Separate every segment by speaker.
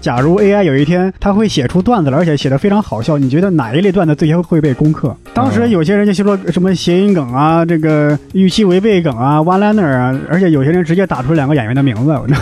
Speaker 1: 假如 AI 有一天它会写出段子了，而且写的非常好笑，你觉得哪一类段子最先会被攻克？当时有些人就说什么谐音梗啊，这个预期违背梗啊，one liner 啊，而且有些人直接打出两个演员的名字， 我知道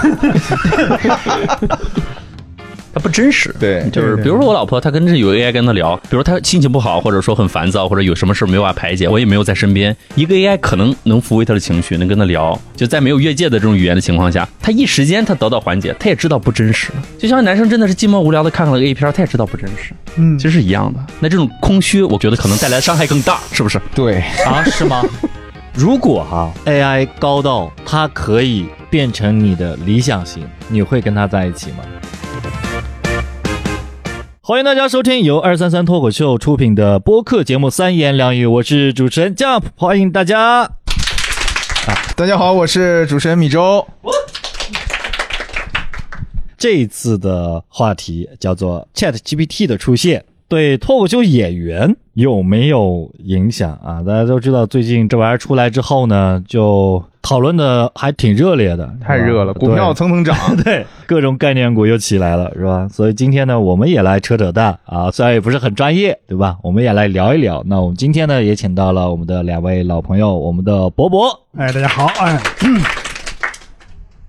Speaker 2: 它不真实。
Speaker 3: 哎对，
Speaker 2: 就是比如说我老婆，她跟这有 AI 跟她聊，比如她心情不好，或者说很烦躁，或者有什么事没有办法排解，我也没有在身边，一个 AI 可能能抚慰她的情绪，能跟她聊，就在没有越界的这种语言的情况下，她一时间她得到缓解，她也知道不真实。就像男生真的是寂寞无聊的看了个 A 片，他也知道不真实，
Speaker 1: 嗯
Speaker 2: 其实是一样的。那这种空虚，我觉得可能带来的伤害更大，是不是？
Speaker 3: 对，
Speaker 4: 啊，是吗？ 如果哈、AI 高到它可以变成你的理想型，你会跟它在一起吗？欢迎大家收听由二三三脱口秀出品的播客节目《三言两语》，我是主持人 Jump，欢迎大家。
Speaker 3: 大家好，我是主持人米粥。
Speaker 4: 这一次的话题叫做 Chat GPT 的出现对脱口秀演员有没有影响啊？大家都知道，最近这玩意儿出来之后呢，就讨论的还挺热烈的，
Speaker 3: 太热了，
Speaker 4: 是吧
Speaker 3: 股票
Speaker 4: 对
Speaker 3: 蹭蹭涨。
Speaker 4: 对，各种概念股又起来了，是吧？所以今天呢，我们也来扯扯淡啊，虽然也不是很专业，对吧？我们也来聊一聊。那我们今天呢，也请到了我们的两位老朋友，我们的博博
Speaker 1: 哎，大家好，哎，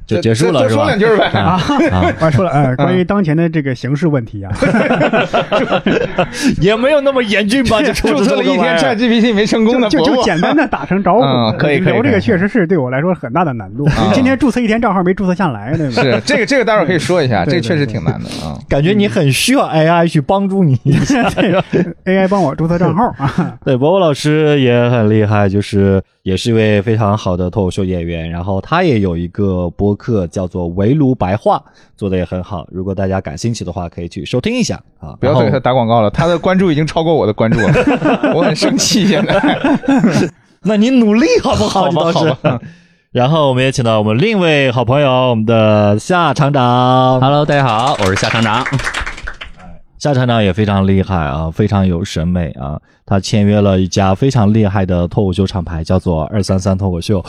Speaker 4: 就结束
Speaker 3: 再
Speaker 4: 了，
Speaker 3: 再
Speaker 4: 是
Speaker 3: 说
Speaker 4: 吧
Speaker 3: 两？句儿 呗。
Speaker 4: 啊啊，
Speaker 1: 我说了，哎，关于当前的这个形势问题 啊，
Speaker 4: 也没有那么严峻 啊吧？就 出
Speaker 3: 注册了一天
Speaker 4: 站
Speaker 3: ChatGPT 没成功
Speaker 1: 就
Speaker 3: 的
Speaker 1: 就
Speaker 3: 伯
Speaker 1: 就
Speaker 3: 伯，
Speaker 1: 简单的打声招呼，
Speaker 3: 嗯可以可以
Speaker 1: 聊这
Speaker 3: 可
Speaker 1: 个
Speaker 3: 以
Speaker 1: 确实是对我来说很大的难度
Speaker 3: 啊。
Speaker 1: 今天注册一天账号没注册下来，对吧？
Speaker 3: 是这个这个待会儿可以说一下，
Speaker 1: 对
Speaker 3: 这
Speaker 1: 对
Speaker 3: 个确实挺难的啊。
Speaker 4: 感觉你很需要 AI 去帮助你一下。是吧
Speaker 1: AI 帮我注册账号啊，
Speaker 4: 对，博博老师也很厉害，就是也是一位非常好的脱口秀演员，然后他也有一个播客叫做《围炉白话》，做的也很好。如果大家感兴趣的话，可以去收听一下啊。
Speaker 3: 不要再给
Speaker 4: 然
Speaker 3: 他
Speaker 4: 后
Speaker 3: 打广告了，他的关注已经超过我的关注了，我很生气现在。
Speaker 4: 那你努力好不 好？
Speaker 3: 好吧
Speaker 4: 你倒是。然后我们也请到我们另一位好朋友，我们的夏厂长。
Speaker 2: Hello，大家好，我是夏厂长。
Speaker 4: 夏厂长也非常厉害啊，非常有审美啊。他签约了一家非常厉害的脱口秀厂牌，叫做二三三脱口秀。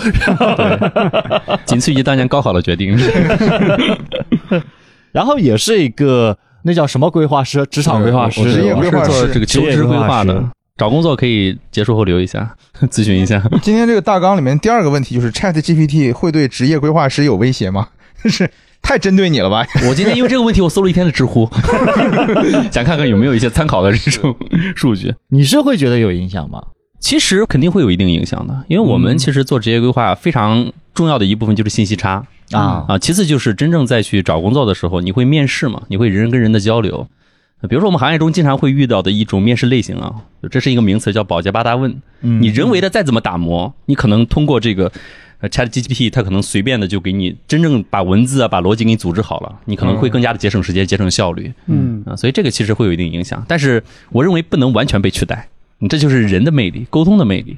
Speaker 2: 仅次于当年高考的决定。
Speaker 4: 然后也是一个那叫什么规划师，职场规划师，
Speaker 3: 我职业
Speaker 4: 是吧
Speaker 3: 规划
Speaker 2: 我是做
Speaker 3: 师
Speaker 2: 这个求职规划的。找工作可以结束后留一下， 咨询一下。
Speaker 3: 今天这个大纲里面第二个问题就是 Chat GPT 会对职业规划师有威胁吗？ 是太针对你了吧？
Speaker 2: 我今天因为这个问题，我搜了一天的知乎， 想看看有没有一些参考的这种数据。
Speaker 4: 你是会觉得有影响吗？
Speaker 2: 其实肯定会有一定影响的，因为我
Speaker 4: 嗯
Speaker 2: 们其实做职业规划非常重要的一部分就是信息差
Speaker 4: 啊
Speaker 2: 啊，其次就是真正在去找工作的时候，你会面试嘛，你会人跟人的交流。比如说我们行业中经常会遇到的一种面试类型啊，这是一个名词叫保洁八大问。
Speaker 4: 嗯
Speaker 2: 你人为的再怎么打磨，你可能通过这个。呃 Chat GPT 它可能随便的就给你真正把文字啊、把逻辑给你组织好了，你可能
Speaker 4: 嗯
Speaker 2: 会更加的节省时间、节省效率。
Speaker 1: 嗯，
Speaker 2: 啊，所以这个其实会有一定影响，但是我认为不能完全被取代，嗯这就是人的魅力，沟通的魅力，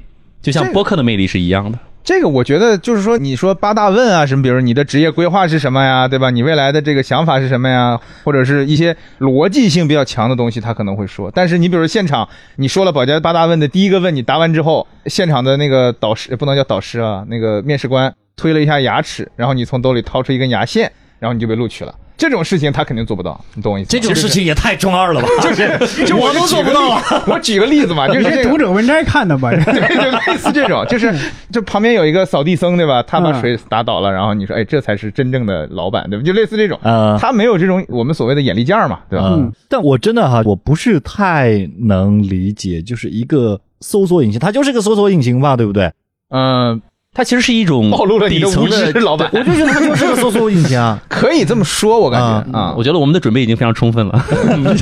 Speaker 3: 这
Speaker 2: 就像
Speaker 3: 个
Speaker 2: 播客的魅力是一样的。
Speaker 3: 这个我觉得就是说，你说八大问啊什么，比如你的职业规划是什么呀，对吧？你未来的这个想法是什么呀？或者是一些逻辑性比较强的东西，他可能会说。但是你比如现场你说了保洁八大问的第一个问，你答完之后，现场的那个导师不能叫导师啊，那个面试官推了一下牙齿，然后你从兜里掏出一根牙线，然后你就被录取了。这种事情他肯定做不到，你懂我意思吗？
Speaker 4: 这种事情也太中二了吧！
Speaker 3: 就是就我都做不 到啊！我举个例子嘛，就是
Speaker 1: 你
Speaker 3: 这
Speaker 1: 是
Speaker 3: 个
Speaker 1: 读者文摘看的吧？
Speaker 3: 对，就类似这种，就是就旁边有一个扫地僧，对吧？他把
Speaker 1: 嗯
Speaker 3: 水打倒了，然后你说，哎，这才是真正的老板，对吧？就类似这种，
Speaker 4: 嗯
Speaker 3: 他没有这种我们所谓的眼力劲儿嘛，对吧？
Speaker 4: 嗯，但我真的哈，我不是太能理解，就是一个搜索引擎，它就是个搜索引擎吧，对不对？
Speaker 3: 嗯，
Speaker 2: 它其实是一种
Speaker 3: 暴露了你
Speaker 2: 底
Speaker 3: 的无
Speaker 2: 层
Speaker 3: 知，
Speaker 2: 的，
Speaker 3: 老板
Speaker 4: 我就觉得它就是个搜索引擎啊。
Speaker 3: 可以这么说，我感
Speaker 4: 嗯
Speaker 3: 觉啊
Speaker 2: 我，觉得我们的准备已经非常充分了。 嗯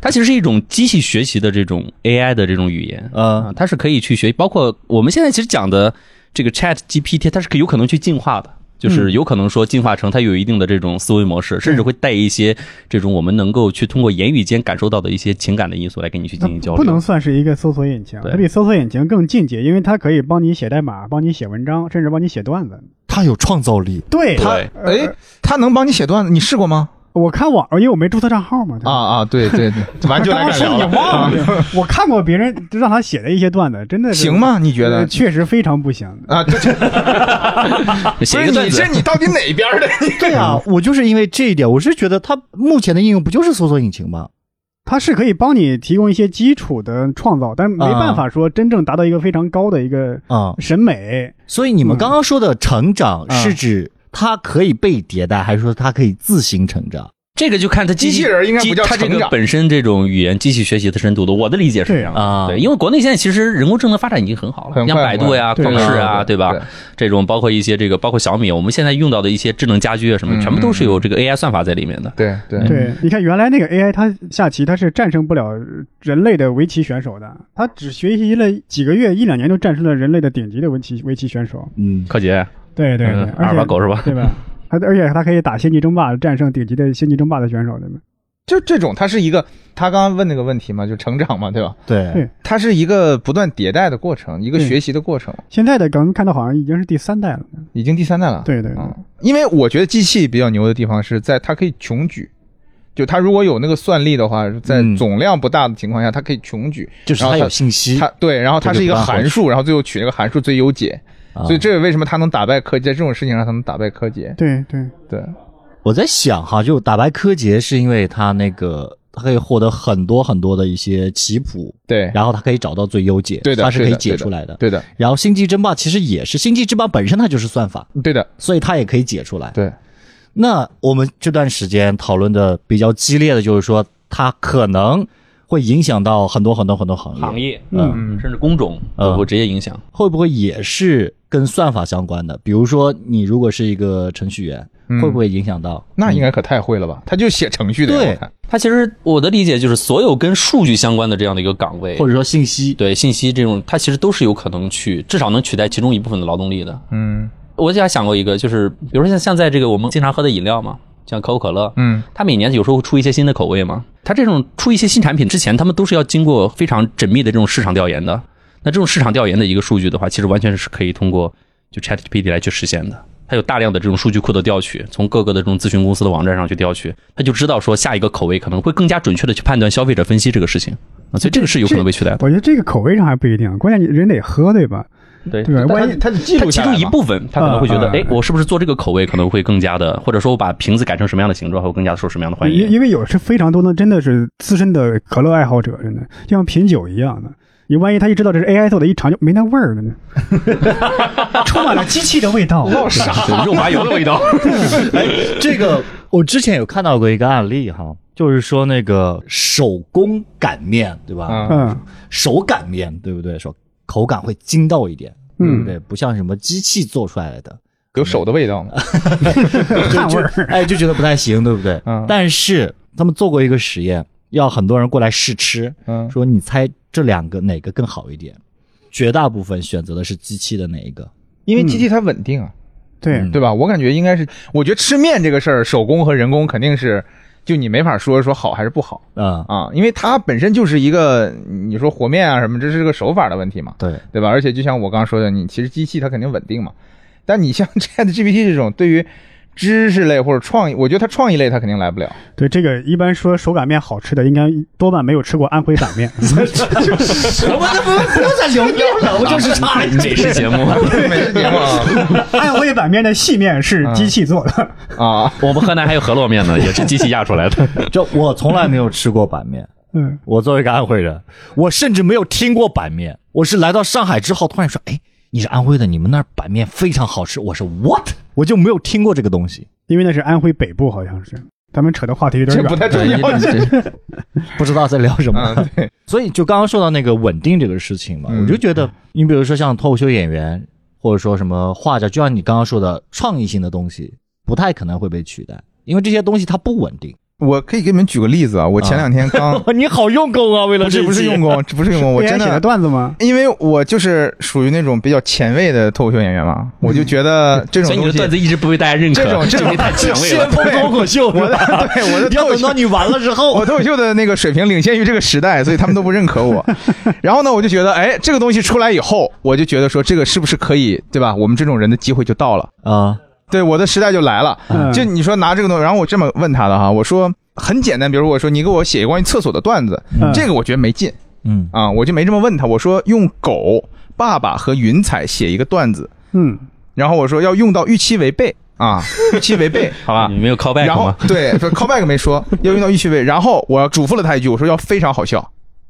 Speaker 2: 它其实是一种机器学习的这种 AI 的这种语言啊
Speaker 4: 嗯，，
Speaker 2: 它是可以去学，包括我们现在其实讲的这个 Chat GPT，它是可以有可能去进化的。
Speaker 3: 嗯
Speaker 2: 就是有可能说进化成它有一定的这种思维模式，甚至会带一些这种我们能够去通过言语间感受到的一些情感的因素来跟你去
Speaker 1: 它
Speaker 2: 进行交流。
Speaker 1: 不能算是一个搜索引擎，
Speaker 2: 对
Speaker 1: 它比搜索引擎更进阶，因为它可以帮你写代码、帮你写文章，甚至帮你写段子。
Speaker 4: 它有创造力。
Speaker 1: 对，
Speaker 2: 对
Speaker 1: 呃
Speaker 3: 哎，他能帮你写段子，你试过吗？
Speaker 1: 我看网，因为我没注册账号嘛。对吧
Speaker 3: 啊啊，对对对，完就来
Speaker 1: 当
Speaker 3: 敢
Speaker 1: 时
Speaker 3: 聊
Speaker 1: 你
Speaker 3: 了，嗯
Speaker 1: 忘了？我看过别人让他写的一些段子，真的是
Speaker 3: 行？吗？你觉
Speaker 1: 呃
Speaker 3: 得？
Speaker 1: 确实非常不行。
Speaker 3: 啊， 对对，
Speaker 2: 写一个段
Speaker 3: 你
Speaker 2: 子
Speaker 3: 这，你到底哪边的？
Speaker 4: 对啊，
Speaker 3: 嗯
Speaker 4: 我就是因为这一点，我是觉得它目前的应用不就是搜索引擎吗？
Speaker 1: 它是可以帮你提供一些基础的创造，但是没办法说真正达到一个非常高的一个
Speaker 4: 啊、
Speaker 1: 审美。
Speaker 4: 所以你们刚刚说的成长
Speaker 3: 嗯
Speaker 4: 是指它可以被迭代，还是说它可以自行成长？
Speaker 2: 这个就看它
Speaker 3: 机器人应该不叫
Speaker 2: 它这
Speaker 3: 成
Speaker 2: 个
Speaker 3: 长
Speaker 2: 本身这种语言机器学习的深度的，我的理解是这样
Speaker 1: 对
Speaker 4: 啊
Speaker 2: 对，因为国内现在其实人工智能发展已经很好了，
Speaker 3: 很
Speaker 2: 像
Speaker 3: 快
Speaker 2: 百度呀、
Speaker 1: 很快
Speaker 2: 旷视啊，
Speaker 3: 对
Speaker 2: 吧
Speaker 3: 对？
Speaker 2: 这种包括一些这个，包括小米，我们现在用到的一些智能家居啊什么，
Speaker 3: 嗯
Speaker 2: 全部都是有这个 AI 算法在里面的。
Speaker 3: 对对
Speaker 1: 对，你看原来那个 AI，它下棋它是战胜不了人类的围棋选手的，它只学习了几个月一两年就战胜了人类的顶级的围棋围棋选手。
Speaker 4: 嗯，
Speaker 2: 柯洁，
Speaker 1: 对对对
Speaker 2: 嗯，
Speaker 1: 而
Speaker 2: 阿尔
Speaker 1: 且
Speaker 2: 法狗是吧？
Speaker 1: 对吧？它而且它可以打星际争霸，战胜顶级的星际争霸的选手，对吧？
Speaker 3: 就这种，它是一个，他刚刚问那个问题嘛，就成长嘛，对吧？
Speaker 4: 对
Speaker 1: 对
Speaker 3: 它是一个不断迭代的过程，一个
Speaker 1: 对
Speaker 3: 学习的过程，
Speaker 1: 现在的咱们看到好像已经是第三代了。
Speaker 3: 已经第三代了。
Speaker 1: 对对对
Speaker 3: 嗯，因为我觉得机器比较牛的地方是在它可以穷举，就它如果有那个算力的话，在
Speaker 4: 嗯
Speaker 3: 总量不大的情况下，它可以穷举，
Speaker 4: 就是
Speaker 3: 然
Speaker 4: 它
Speaker 3: 后
Speaker 4: 有
Speaker 3: 它
Speaker 4: 信息
Speaker 3: 它，对，然后它是
Speaker 4: 这就
Speaker 3: 一个
Speaker 4: 不大好
Speaker 3: 函数，然后最后取一个函数最优解，
Speaker 4: 啊
Speaker 3: 所以这也为什么它能打败柯洁，在这种事情上它能打败柯洁。
Speaker 1: 对对，
Speaker 3: 对，
Speaker 4: 我在想哈，就打败柯洁是因为他那个他可以获得很多很多的一些棋谱，
Speaker 3: 对，
Speaker 4: 然后他可以找到最优解，
Speaker 3: 对的
Speaker 4: 它是可
Speaker 3: 对
Speaker 4: 以
Speaker 3: 的
Speaker 4: 解出来的。
Speaker 3: 对的，
Speaker 4: 然后星际争霸其实也是星际争霸本身它就是算法，
Speaker 3: 对的，
Speaker 4: 所以它也可以解出来。
Speaker 3: 对，
Speaker 4: 那我们这段时间讨论的比较激烈的就是说，它可能会影响到很多很多很多行业，
Speaker 2: 行业，啊
Speaker 4: 嗯
Speaker 1: 嗯，
Speaker 2: 甚至工种
Speaker 4: 嗯
Speaker 2: 都会直接影响。
Speaker 4: 会不会也是跟算法相关的？比如说，你如果是一个程序员，
Speaker 3: 嗯
Speaker 4: 会不会影响到？
Speaker 3: 那应该可太会了吧？他就写程序的，
Speaker 4: 对
Speaker 3: 我看
Speaker 2: 它其实我的理解就是，所有跟数据相关的这样的一个岗位，
Speaker 4: 或者说信息？
Speaker 2: 对信息这种，它其实都是有可能去，至少能取代其中一部分的劳动力的。
Speaker 3: 嗯
Speaker 2: 我就还想过一个，就是比如说像像在这个我们经常喝的饮料嘛，像可口可乐，
Speaker 3: 嗯，
Speaker 2: 它每年有时候会出一些新的口味嘛。它这种出一些新产品之前，他们都是要经过非常缜密的这种市场调研的。那这种市场调研的一个数据的话，其实完全是可以通过就 ChatGPT 来去实现的。它有大量的这种数据库的调取，从各个的这种咨询公司的网站上去调取，它就知道说下一个口味可能会更加准确的去判断消费者分析这个事情啊，所以这个是有可能被取代的。
Speaker 1: 我觉得这个口味上还不一定，啊关键你人得喝，对吧？
Speaker 2: 对
Speaker 1: 对吧？万一
Speaker 3: 他记
Speaker 2: 它
Speaker 3: 录
Speaker 2: 其
Speaker 3: 下来
Speaker 2: 中
Speaker 3: 嘛
Speaker 2: 一部分，他可能会觉得，
Speaker 3: 啊啊
Speaker 2: 哎，我是不是做这个口味可能会更加的，或者说我把瓶子改成什么样的形状，会更加受什么样的欢
Speaker 1: 因
Speaker 2: 迎？
Speaker 1: 因为有是非常多的，真的是资深的可乐爱好者，真的就像品酒一样的。你万一他一知道这是 AI 做的，一尝就没那味儿了呢，充满了机器的味道。
Speaker 2: 对肉麻油的味道。
Speaker 4: 这个我之前有看到过一个案例哈，就是说那个手工擀面，对吧？
Speaker 3: 嗯
Speaker 1: 嗯
Speaker 4: 手擀面，对不对？说口感会筋道一点，对不
Speaker 1: 嗯，
Speaker 4: 对？不像什么机器做出来的，
Speaker 3: 有手的味道嘛？
Speaker 1: 汗味儿。
Speaker 4: 哎，就觉得不太行，对不对？
Speaker 3: 嗯
Speaker 4: 但是他们做过一个实验，要很多人过来试吃，
Speaker 3: 嗯
Speaker 4: 说你猜这两个哪个更好一点？绝大部分选择的是机器的哪一个？
Speaker 3: 因为机器它稳定啊，
Speaker 1: 对
Speaker 4: 嗯
Speaker 3: 对吧？我感觉应该是，我觉得吃面这个事儿，手工和人工肯定是，就你没法说说好还是不好
Speaker 4: 啊、
Speaker 3: 啊，因为它本身就是一个，你说和面啊什么，这是个手法的问题嘛，
Speaker 4: 对，
Speaker 3: 对吧？而且就像我刚说的，你其实机器它肯定稳定嘛，但你像 Chat GPT 这种，对于知识类或者创意，我觉得它创意类它肯定来 不了。
Speaker 1: 对，这个一般说手擀面好吃的，应该多半没有吃过安徽擀 面。
Speaker 4: 我们这不不用再聊面 了，我 就是差一
Speaker 2: 美食节目，
Speaker 3: 每次节目啊
Speaker 1: 安徽擀面的细面是机器做 的，
Speaker 3: 啊，
Speaker 2: 我们河南还有河洛面呢，也是机器压出来的。
Speaker 4: 就我从来没有吃过板面。
Speaker 1: 嗯，
Speaker 4: 我作为一个安徽人，我甚至没有听过板面。我是来到上海之后，突然说：“哎，你是安徽的，你们那儿板面非常好吃。”我是 what？我就没有听过这个东西，
Speaker 1: 因为那是安徽北部，好像是。咱们扯的话题有点
Speaker 3: 这
Speaker 1: 远
Speaker 3: 不太重
Speaker 2: 对
Speaker 3: 要。这
Speaker 4: 不知道在聊什么。嗯
Speaker 3: 啊，对，
Speaker 4: 所以就刚刚说到那个稳定这个事情嘛，
Speaker 3: 嗯
Speaker 4: 我就觉得，你比如说像脱口秀演员，或者说什么画家，就像你刚刚说的创意性的东西，不太可能会被取代，因为这些东西它不稳定。
Speaker 3: 我可以给你们举个例子啊，我前两天 刚。
Speaker 4: 你好用功啊，为了
Speaker 3: 不是
Speaker 4: 这
Speaker 3: 不是
Speaker 4: 一期
Speaker 3: 用功，不是用功，我
Speaker 1: AI
Speaker 3: 真
Speaker 1: 写的段子吗？
Speaker 3: 因为我就是属于那种比较前卫的脱口秀演员嘛，我就觉得这
Speaker 2: 所
Speaker 3: 种
Speaker 2: 以
Speaker 3: 东
Speaker 2: 你的
Speaker 3: 西，
Speaker 2: 段子一直不被大家认可，
Speaker 3: 这种这
Speaker 2: 因
Speaker 3: 种
Speaker 2: 为太前卫
Speaker 4: 先
Speaker 2: 了。
Speaker 4: 锋脱口秀是
Speaker 3: 我的
Speaker 4: 吧？
Speaker 3: 对我的
Speaker 4: 要
Speaker 3: 脱口
Speaker 4: 等
Speaker 3: 秀
Speaker 4: 到，啊 你完了之后，
Speaker 3: 我脱口秀的那个水平领先于这个时代，所以他们都不认可我。然后呢，我就觉得，哎，这个东西出来以后，我就觉得说，这个是不是可以，对吧？我们这种人的机会就到了。
Speaker 4: 啊
Speaker 3: 对，我的时代就来了。
Speaker 1: 嗯
Speaker 3: 就你说拿这个东西，然后我这么问他的哈，我说很简单，比如我说你给我写一个关于厕所的段子，
Speaker 1: 嗯
Speaker 3: 这个我觉得没劲
Speaker 5: 嗯，
Speaker 3: 啊，我就没这么问他。我说用狗、爸爸和云彩写一个段子，
Speaker 1: 嗯，
Speaker 3: 然后我说要用到预期违背 啊，预期违背，好吧
Speaker 2: 你？啊没有 callback
Speaker 3: 然后
Speaker 2: 吗？
Speaker 3: 对 说 callback 没说，要用到预期违背。然后我嘱咐了他一句，我说要非常好笑。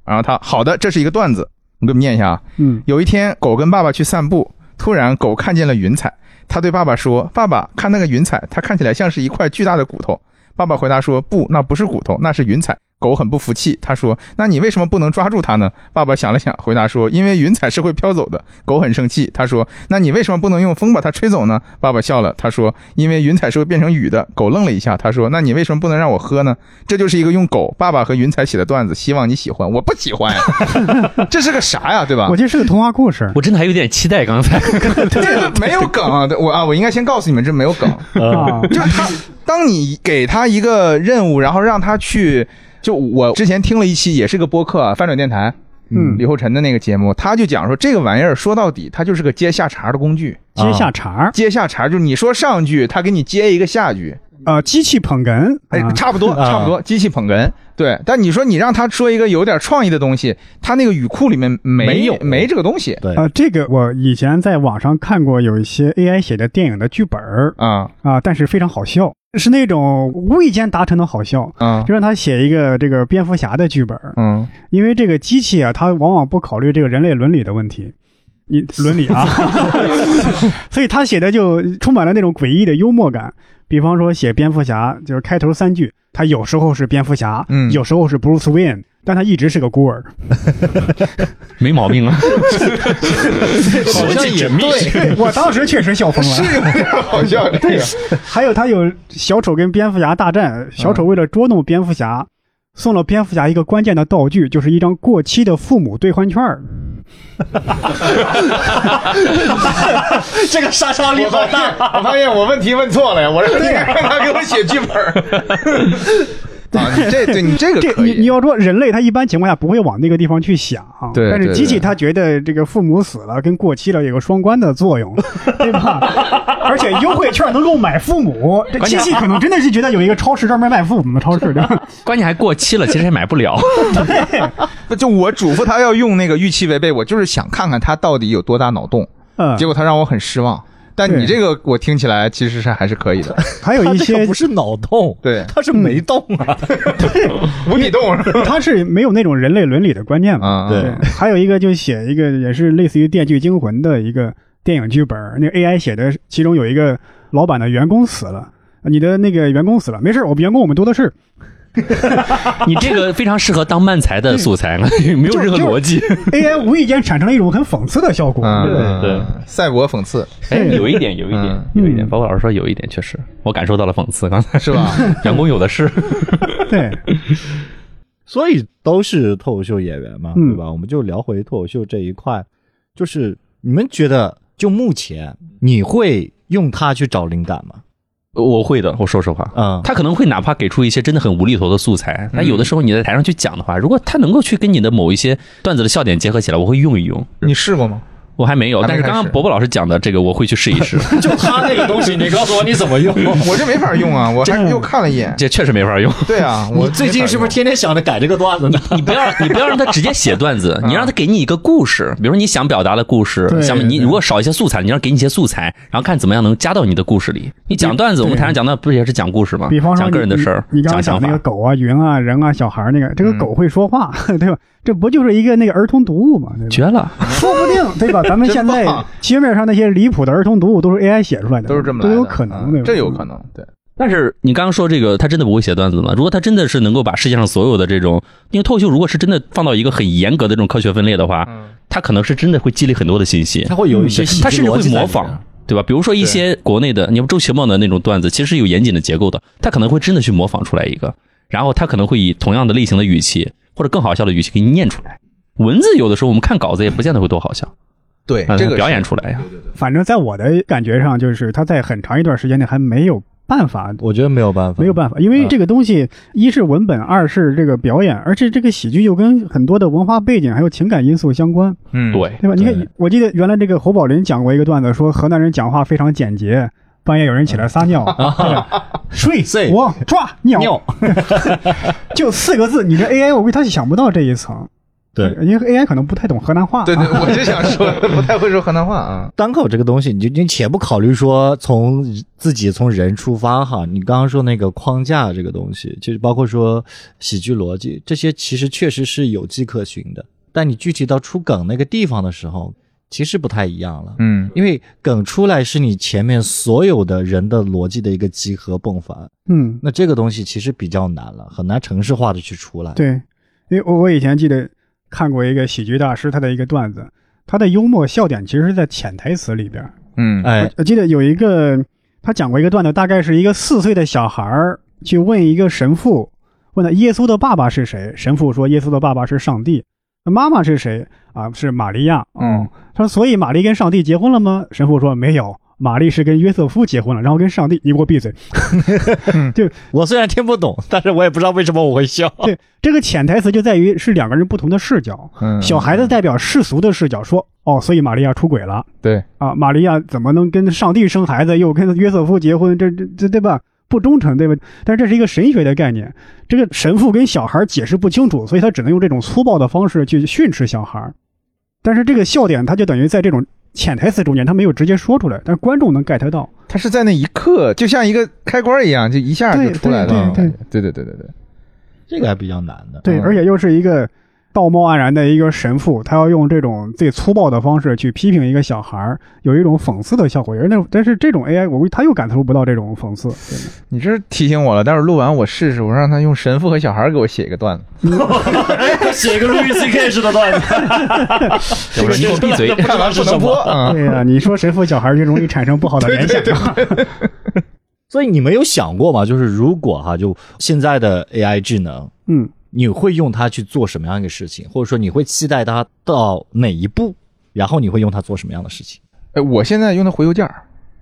Speaker 3: 然后他好的，这是一个段子，我给你们念一下啊。
Speaker 1: 嗯，
Speaker 3: 有一天，狗跟爸爸去散步，突然狗看见了云彩，它对爸爸说：“爸爸，看那个云彩，它看起来像是一块巨大的骨头。”爸爸回答说：“不，那不是骨头，那是云彩。”狗很不服气，他说：“那你为什么不能抓住它呢？”爸爸想了想，回答说：“因为云彩是会飘走的。”狗很生气，他说：“那你为什么不能用风把它吹走呢？”爸爸笑了，他说：“因为云彩是会变成雨的。”狗愣了一下，他说：“那你为什么不能让我喝呢？”这就是一个用狗、爸爸和云彩写的段子，希望你喜欢。我不喜欢， 这是个啥呀？对吧？
Speaker 1: 我记得是个童话故事。
Speaker 2: 我真的还有点期待刚才。
Speaker 3: 这没有梗啊！对我啊，我应该先告诉你们，这没有梗。
Speaker 1: 啊，
Speaker 3: 就是他，当你给他一个任务，然后让他去，就我之前听了一期，也是个播客、啊，翻转电台，
Speaker 1: 嗯
Speaker 3: 李，厚辰的那个节目，他就讲说，这个玩意儿说到底，它就是个接下茬的工具。
Speaker 1: 接下茬儿，
Speaker 3: 接下茬就是你说上句，他给你接一个下句，
Speaker 1: 呃，机器捧哏，
Speaker 3: 哎
Speaker 1: 啊，
Speaker 3: 差不多，
Speaker 5: 啊
Speaker 3: 差不多，机器捧哏。对，但你说你让他说一个有点创意的东西，他那个语库里面没
Speaker 5: 没有
Speaker 3: 没这个东西
Speaker 5: 对，
Speaker 1: 呃，这个我以前在网上看过有一些 AI 写的电影的剧本儿
Speaker 3: 啊
Speaker 1: 啊，但是非常好笑，是那种无意间达成的好笑。
Speaker 3: 啊
Speaker 1: 就让他写一个这个蝙蝠侠的剧本儿，
Speaker 3: 嗯，
Speaker 1: 因为这个机器啊，它往往不考虑这个人类伦理的问题。你伦理 啊，所以他写的就充满了那种诡异的幽默感。比方说写蝙蝠侠，就是开头三句，他有时候是蝙蝠侠，
Speaker 3: 嗯
Speaker 1: 有时候是 Bruce Wayne，但他一直是个孤儿。
Speaker 2: 没毛病啊，
Speaker 5: 好像也对，
Speaker 1: 我当时确实笑 疯
Speaker 3: 是
Speaker 1: 了。
Speaker 3: 有点好笑这个。
Speaker 1: 还有他有小丑跟蝙蝠侠大战，小丑为了捉弄蝙蝠侠，送了蝙蝠侠一个关键的道具，就是一张过期的父母兑换券儿。
Speaker 5: 这个杀伤力好大。
Speaker 3: 我发现我问题问错了呀，我让你让他给我写剧本儿。 啊，你这对你这个
Speaker 1: 这
Speaker 3: 可
Speaker 1: 你你
Speaker 3: 以，
Speaker 1: 要说人类，他一般情况下不会往那个地方去想，
Speaker 3: 对
Speaker 1: 但是
Speaker 3: 对
Speaker 1: 机器
Speaker 3: 对
Speaker 1: 它觉得这个父母死了跟过期了有个双关的作用，对吧？而且优惠券能够买父母，这机器可能真的是觉得有一个超市专门卖父母的超市，对吧？
Speaker 2: 关键还过期了，其实还买不了。
Speaker 3: 不就我嘱咐他要用那个预期违背，我就是想看看他到底有多大脑洞，
Speaker 1: 嗯
Speaker 3: 结，果他让我很失望。但你
Speaker 1: 对
Speaker 3: 这个我听起来其实是还是 可以的，
Speaker 1: 还有一
Speaker 5: 这个
Speaker 1: 些
Speaker 5: 不是脑洞，
Speaker 3: 对
Speaker 5: 他是
Speaker 4: 嗯
Speaker 5: 没动啊。
Speaker 3: 无底洞是吧？
Speaker 1: 它是没有那种人类伦理的观念嘛。
Speaker 3: 啊，
Speaker 5: 对
Speaker 1: 对，还有一个就写一个也是类似于《电锯惊魂》的一个电影剧本，那个 AI 写的，其中有一个老板的员工死了，你的那个员工死了，没事儿，我们员工我们多的是。
Speaker 2: 你这个非常适合当漫才的素 材，没有任何逻辑。
Speaker 1: AI 无意间产生了一种很讽刺的效果。
Speaker 3: 嗯，
Speaker 2: 对，
Speaker 3: 赛博讽刺
Speaker 2: 哎，有一点，有一点
Speaker 3: 嗯，
Speaker 2: 有一点。包括老师说有一点，确实，我感受到了讽刺。刚才
Speaker 3: 是 吧？
Speaker 2: 员工有的是，
Speaker 1: 对，
Speaker 5: 所以都是脱口秀演员嘛，
Speaker 1: 嗯
Speaker 5: 对吧？我们就聊回脱口秀这一块，就是你们觉得，就目前你会用它去找灵感吗？
Speaker 2: 我会的。我说实话，
Speaker 5: 嗯，
Speaker 2: 他可能会哪怕给出一些真的很无厘头的素材，但有的时候你在台上去讲的话，如果他能够去跟你的某一些段子的笑点结合起来，我会用一用。
Speaker 3: 你试过吗？
Speaker 2: 我还没有，
Speaker 3: 还没
Speaker 2: 但是刚
Speaker 3: 开
Speaker 2: 刚
Speaker 3: 始
Speaker 2: 伯伯老师讲的这个，我会去试一 试。
Speaker 5: 就他那个东西，你告诉我你怎么 用？
Speaker 3: 我这没法用啊，我还又看了一眼。
Speaker 2: 这确实没法用。
Speaker 3: 对啊，我
Speaker 5: 你最近是不是
Speaker 3: 没法
Speaker 5: 天天想着改这个段子 呢？
Speaker 2: 你不要，你不要让他直接写 段子，你让他给你一个故事，比如说你想表达的故事，
Speaker 1: 对
Speaker 2: 想
Speaker 1: 对
Speaker 2: 你如果少一些素材，你让他给你一些素材，然后看怎么样能加到你的故事里。你讲段子，我们台上讲段不也是讲故事吗？
Speaker 1: 比方说
Speaker 2: 啊讲
Speaker 1: 你
Speaker 2: 个人的事儿
Speaker 1: 你，你刚刚
Speaker 2: 讲想
Speaker 1: 讲那个
Speaker 2: 法。嗯
Speaker 1: 狗啊、云啊、人啊、小孩儿那个，这个狗会说话， 对吧？这不就是一个那个儿童读物嘛？对吧
Speaker 2: 绝了！
Speaker 1: 说不定对吧？咱们现在
Speaker 3: 真棒
Speaker 1: 街面上那些离谱的儿童读物都是 AI 写出来的，
Speaker 3: 用都是这么来
Speaker 1: 都
Speaker 3: 的，
Speaker 1: 有可能，
Speaker 3: 嗯
Speaker 1: 对吧？
Speaker 3: 这有可。能，对，
Speaker 2: 但是你刚刚说这个，他真的不会写段子吗？如果他真的是能够把世界上所有的这种，因为脱口秀如果是真的放到一个很严格的这种科学分类的话，
Speaker 3: 嗯，
Speaker 2: 他可能是真的会积累很多的信息。
Speaker 5: 他会有一些
Speaker 2: 对
Speaker 5: 细
Speaker 2: 他
Speaker 5: 节
Speaker 2: 甚至
Speaker 5: 逻
Speaker 2: 会
Speaker 5: 辑在
Speaker 2: 模
Speaker 5: 里面
Speaker 2: 仿，对吧？比如说一些国内的，你看周奇墨的那种段子，其实是有严谨的结构的，他可能会真的去模仿出来一个，然后他可能会以同样的类型的语气或者更好笑的语气给你念出来。文字有的时候我们看稿子也不见得会多好笑，
Speaker 3: 对
Speaker 2: 但，
Speaker 3: 哎这
Speaker 2: 是
Speaker 3: 个
Speaker 2: 表
Speaker 3: 是
Speaker 2: 演出来呀。
Speaker 1: 反正在我的感觉上，就是他在很长一段时间内还没有办法。
Speaker 5: 我觉得没有办法，
Speaker 1: 没有办法，因
Speaker 2: 嗯
Speaker 1: 为这个东西，一是文本，二是这个表演，而且这个喜剧又跟很多的文化背景还有情感因素相关。
Speaker 3: 嗯，
Speaker 2: 对，
Speaker 1: 对吧？你看，我记得原来这个侯宝林讲过一个段子，说河南人讲话非常简洁，半夜有人起来撒尿，对吧睡
Speaker 5: 睡
Speaker 1: 我抓尿，就四个字。你这 AI，我估计他想不到这一层，
Speaker 4: 对，
Speaker 1: 因为 AI 可能不太懂河南话。啊
Speaker 3: 对对，我就想说， 不太会说河南话啊。
Speaker 4: 单口这个东西，你就你且不考虑说从自己从人出发哈，你刚刚说那个框架这个东西，就是包括说喜剧逻辑这些，其实确实是有迹可循的。但你具体到出梗那个地方的时候，其实不太一样了。
Speaker 3: 嗯，
Speaker 4: 因为梗出来是你前面所有的人的逻辑的一个集合迸发，
Speaker 1: 嗯，
Speaker 4: 那这个东西其实比较难了，很难城市化的去出来。
Speaker 1: 对，因为我我以前记得看过一个喜剧大师他的一个段子，他的幽默笑点其实是在潜台词里边儿。
Speaker 3: 嗯
Speaker 4: 哎，
Speaker 1: 我记得有一个他讲过一个段子，大概是一个四岁的小孩儿去问一个神父，问他耶稣的爸爸是谁？神父说耶稣的爸爸是上帝。那妈妈是谁啊？是玛利亚。
Speaker 3: 嗯
Speaker 1: 哦，他说所以玛丽跟上帝结婚了吗？神父说没有。玛丽是跟约瑟夫结婚了，然后跟上帝，你给我闭嘴！
Speaker 4: 我虽然听不懂，但是我也不知道为什么我会笑。
Speaker 1: 对，这个潜台词就在于是两个人不同的视角。
Speaker 3: 嗯，
Speaker 1: 小孩子代表世俗的视角说，哦，所以玛利亚出轨了
Speaker 3: 对，
Speaker 1: 啊，玛利亚怎么能跟上帝生孩子，又跟约瑟夫结婚，这这这对吧？不忠诚对吧？但是这是一个神学的概念，这个神父跟小孩解释不清楚，所以他只能用这种粗暴的方式去训斥小孩。但是这个笑点，他就等于在这种潜台词中间，他没有直接说出来，但是观众能 get 到。
Speaker 3: 他是在那一刻，就像一个开关一样，就一下就
Speaker 1: 对
Speaker 3: 出来了。
Speaker 1: 对
Speaker 3: 对对对对对
Speaker 4: 这个还比较难的。
Speaker 1: 对，
Speaker 3: 嗯
Speaker 1: 而且又是一个道貌岸然的一个神父，他要用这种最粗暴的方式去批评一个小孩儿，有一种讽刺的效果。而那但是这种 AI，我估计他又感受不到这种讽刺。
Speaker 3: 你这提醒我了，待会儿录完我试试，我让他用神父和小孩给我写一个段子。
Speaker 5: 写个 Louis C.K. 式的段子，
Speaker 2: 要不然你给我闭嘴。
Speaker 3: 看 完不能播啊。
Speaker 1: 对呀、 你说神父小孩儿就容易产生不好的联想。
Speaker 4: 所以你们有想过吗？就是如果哈，就现在的 AI 智能，
Speaker 1: 嗯，
Speaker 4: 你会用它去做什么样一个事情，或者说你会期待它到哪一步，然后你会用它做什么样的事情？
Speaker 3: 哎，我现在用的回邮件儿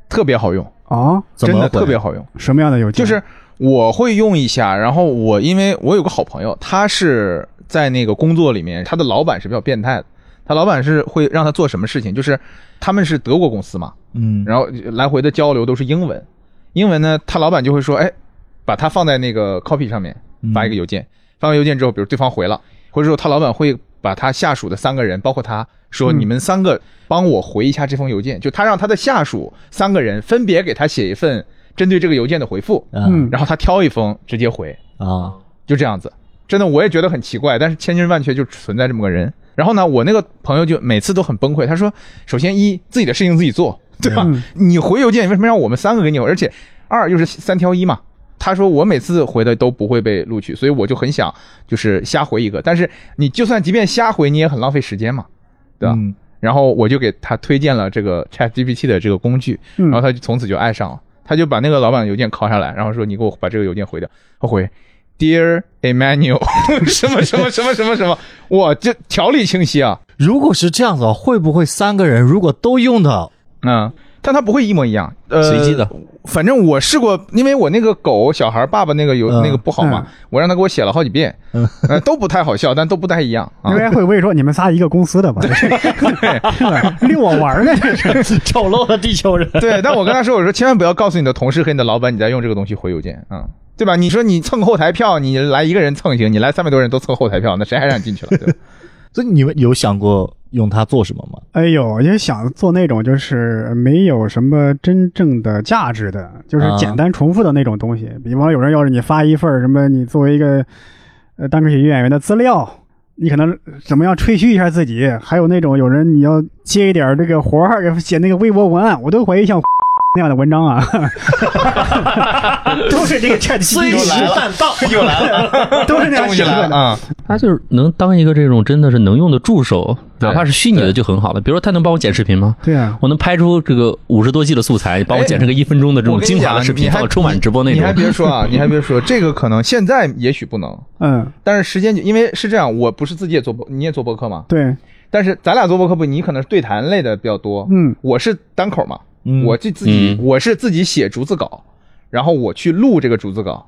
Speaker 3: 特别好用，
Speaker 1: 啊，
Speaker 4: 怎
Speaker 3: 真
Speaker 4: 么
Speaker 3: 的
Speaker 4: 会
Speaker 3: 特别好用。
Speaker 1: 什么样的邮件？
Speaker 3: 就是我会用一下，然后我因为我有个好朋友，他是在那个工作里面，他的老板是比较变态的。他老板是会让他做什么事情？就是他们是德国公司嘛，
Speaker 4: 嗯，
Speaker 3: 然后来回的交流都是英文。英文呢，他老板就会说，哎，把它放在那个 copy 上面
Speaker 1: 嗯
Speaker 3: 发一个邮件，发完邮件之后，比如对方回了，或者说他老板会把他下属的三个人，包括他说，
Speaker 1: 嗯
Speaker 3: 你们三个帮我回一下这封邮件，就他让他的下属三个人分别给他写一份针对这个邮件的回复。
Speaker 1: 嗯，
Speaker 3: 然后他嗯挑一封直接回，
Speaker 4: 啊，
Speaker 3: 就这样子。真的，我也觉得很奇怪，但是千真万确就存在这么个人。然后呢，我那个朋友就每次都很崩溃。他说：“首先一，自己的事情自己做，对吧？
Speaker 1: 嗯
Speaker 3: 你回邮件为什么让我们三个给你回？而且二又是三挑一嘛。”他说：“我每次回的都不会被录取，所以我就很想就是瞎回一个。但是你就算即便瞎回，你也很浪费时间嘛，对啊吧？”
Speaker 4: 嗯
Speaker 3: 然后我就给他推荐了这个 Chat GPT 的这个工具，
Speaker 1: 嗯
Speaker 3: 然后他就从此就爱上了，他就把那个老板的邮件拷下来，然后说你给我把这个邮件回掉，他回 Dear Emmanuel 什么什么什么什么什么，哇，这条理清晰啊，
Speaker 4: 如果是这样子的话，会不会三个人如果都 用到，
Speaker 3: 嗯，但他不会一模一样，呃，
Speaker 2: 随机的，
Speaker 3: 反正我试过，因为我那个狗小孩爸爸那个有、
Speaker 4: 嗯
Speaker 3: 那个不好嘛，我让他给我写了好几遍，嗯、都不太好笑，但都不太一样啊。
Speaker 1: AI 会不会说你们仨一个公司的 吧？ 是吧遛我玩儿呢，这是。
Speaker 4: 丑陋的地 球人？
Speaker 3: 对，但我跟他说，我说千万不要告诉你的同事和你的老板你在用这个东西回邮件啊、嗯对吧？你说你蹭后台票，你来一个人蹭行，你来三百多人都蹭后台票，那谁还让你进去了？ 对吧？
Speaker 4: 所以你们有想过用它做什么吗？
Speaker 1: 哎呦，我就想做那种就是没有什么真正的价值的，
Speaker 3: 啊
Speaker 1: 就是简单重复的那种东西。比方有人要是你发一份儿什么，你作为一个呃单口喜剧演员的资料，你可能怎么样吹嘘一下自己，还有那种有人你要接一点儿这个活儿，写那个微博文案，我都怀疑像 那样的文章 啊，都是这个 Chat
Speaker 5: 虽
Speaker 1: GPT
Speaker 5: 时但到，又来了。
Speaker 1: 都是那样
Speaker 3: 动起
Speaker 1: 写
Speaker 3: 来
Speaker 1: 的
Speaker 3: 了。啊！
Speaker 2: 他就是能当一个这种真的是能用的助手，
Speaker 3: 对
Speaker 2: 哪怕是虚拟的就很好了。比如说，他能帮我剪视频吗？
Speaker 1: 对啊，
Speaker 2: 我能拍出这个五十多 G 的素材，帮我剪成个一分钟的这
Speaker 3: 哎我
Speaker 2: 种
Speaker 3: 跟
Speaker 2: 精
Speaker 3: 你
Speaker 2: 华
Speaker 3: 讲，
Speaker 2: 的视
Speaker 3: 你
Speaker 2: 频，
Speaker 3: 还
Speaker 2: 放春晚直播那
Speaker 3: 你还
Speaker 2: 种。
Speaker 3: 别说啊，你还别说，这个可能现在也许不能，
Speaker 1: 嗯，
Speaker 3: 但是时间久因为是这样，我不是自己也做播，你也做播客嘛？
Speaker 1: 对，呃
Speaker 3: 但是咱俩做播客不，你可能是对谈类的比较多，
Speaker 1: 嗯，
Speaker 3: 我是单口嘛，
Speaker 4: 嗯
Speaker 3: 我就自己、
Speaker 2: 嗯
Speaker 3: 我是自己写逐字稿，然后我去录这个逐字稿，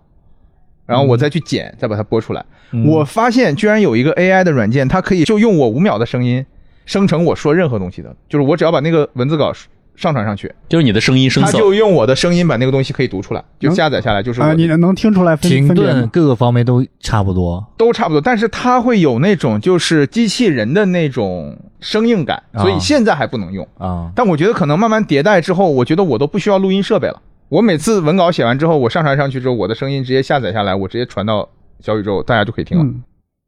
Speaker 3: 然后我再去剪，再把它播出来。我发现居然有一个 AI 的软件，它可以就用我五秒的声音生成我说任何东西的，就是我只要把那个文字稿上传上去，
Speaker 2: 就是你的声音声
Speaker 3: 他
Speaker 2: 色，
Speaker 3: 就用我的声音把那个东西可以读出来，就
Speaker 1: 能
Speaker 3: 下载下来，就是我
Speaker 1: 啊，
Speaker 3: 的
Speaker 1: 你能听出来分
Speaker 5: 停
Speaker 1: 分别
Speaker 5: 顿
Speaker 1: 吗？
Speaker 5: 各个方面都差不多。
Speaker 3: 都差不多，但是它会有那种就是机器人的那种生硬感，
Speaker 5: 啊
Speaker 3: 所以现在还不能用。
Speaker 5: 啊、
Speaker 3: 但我觉得可能慢慢迭代之后，我觉得我都不需要录音设备了。我每次文稿写完之后，我上传上去之后，我的声音直接下载下来，我直接传到小宇宙，大家就可以听了。
Speaker 1: 嗯，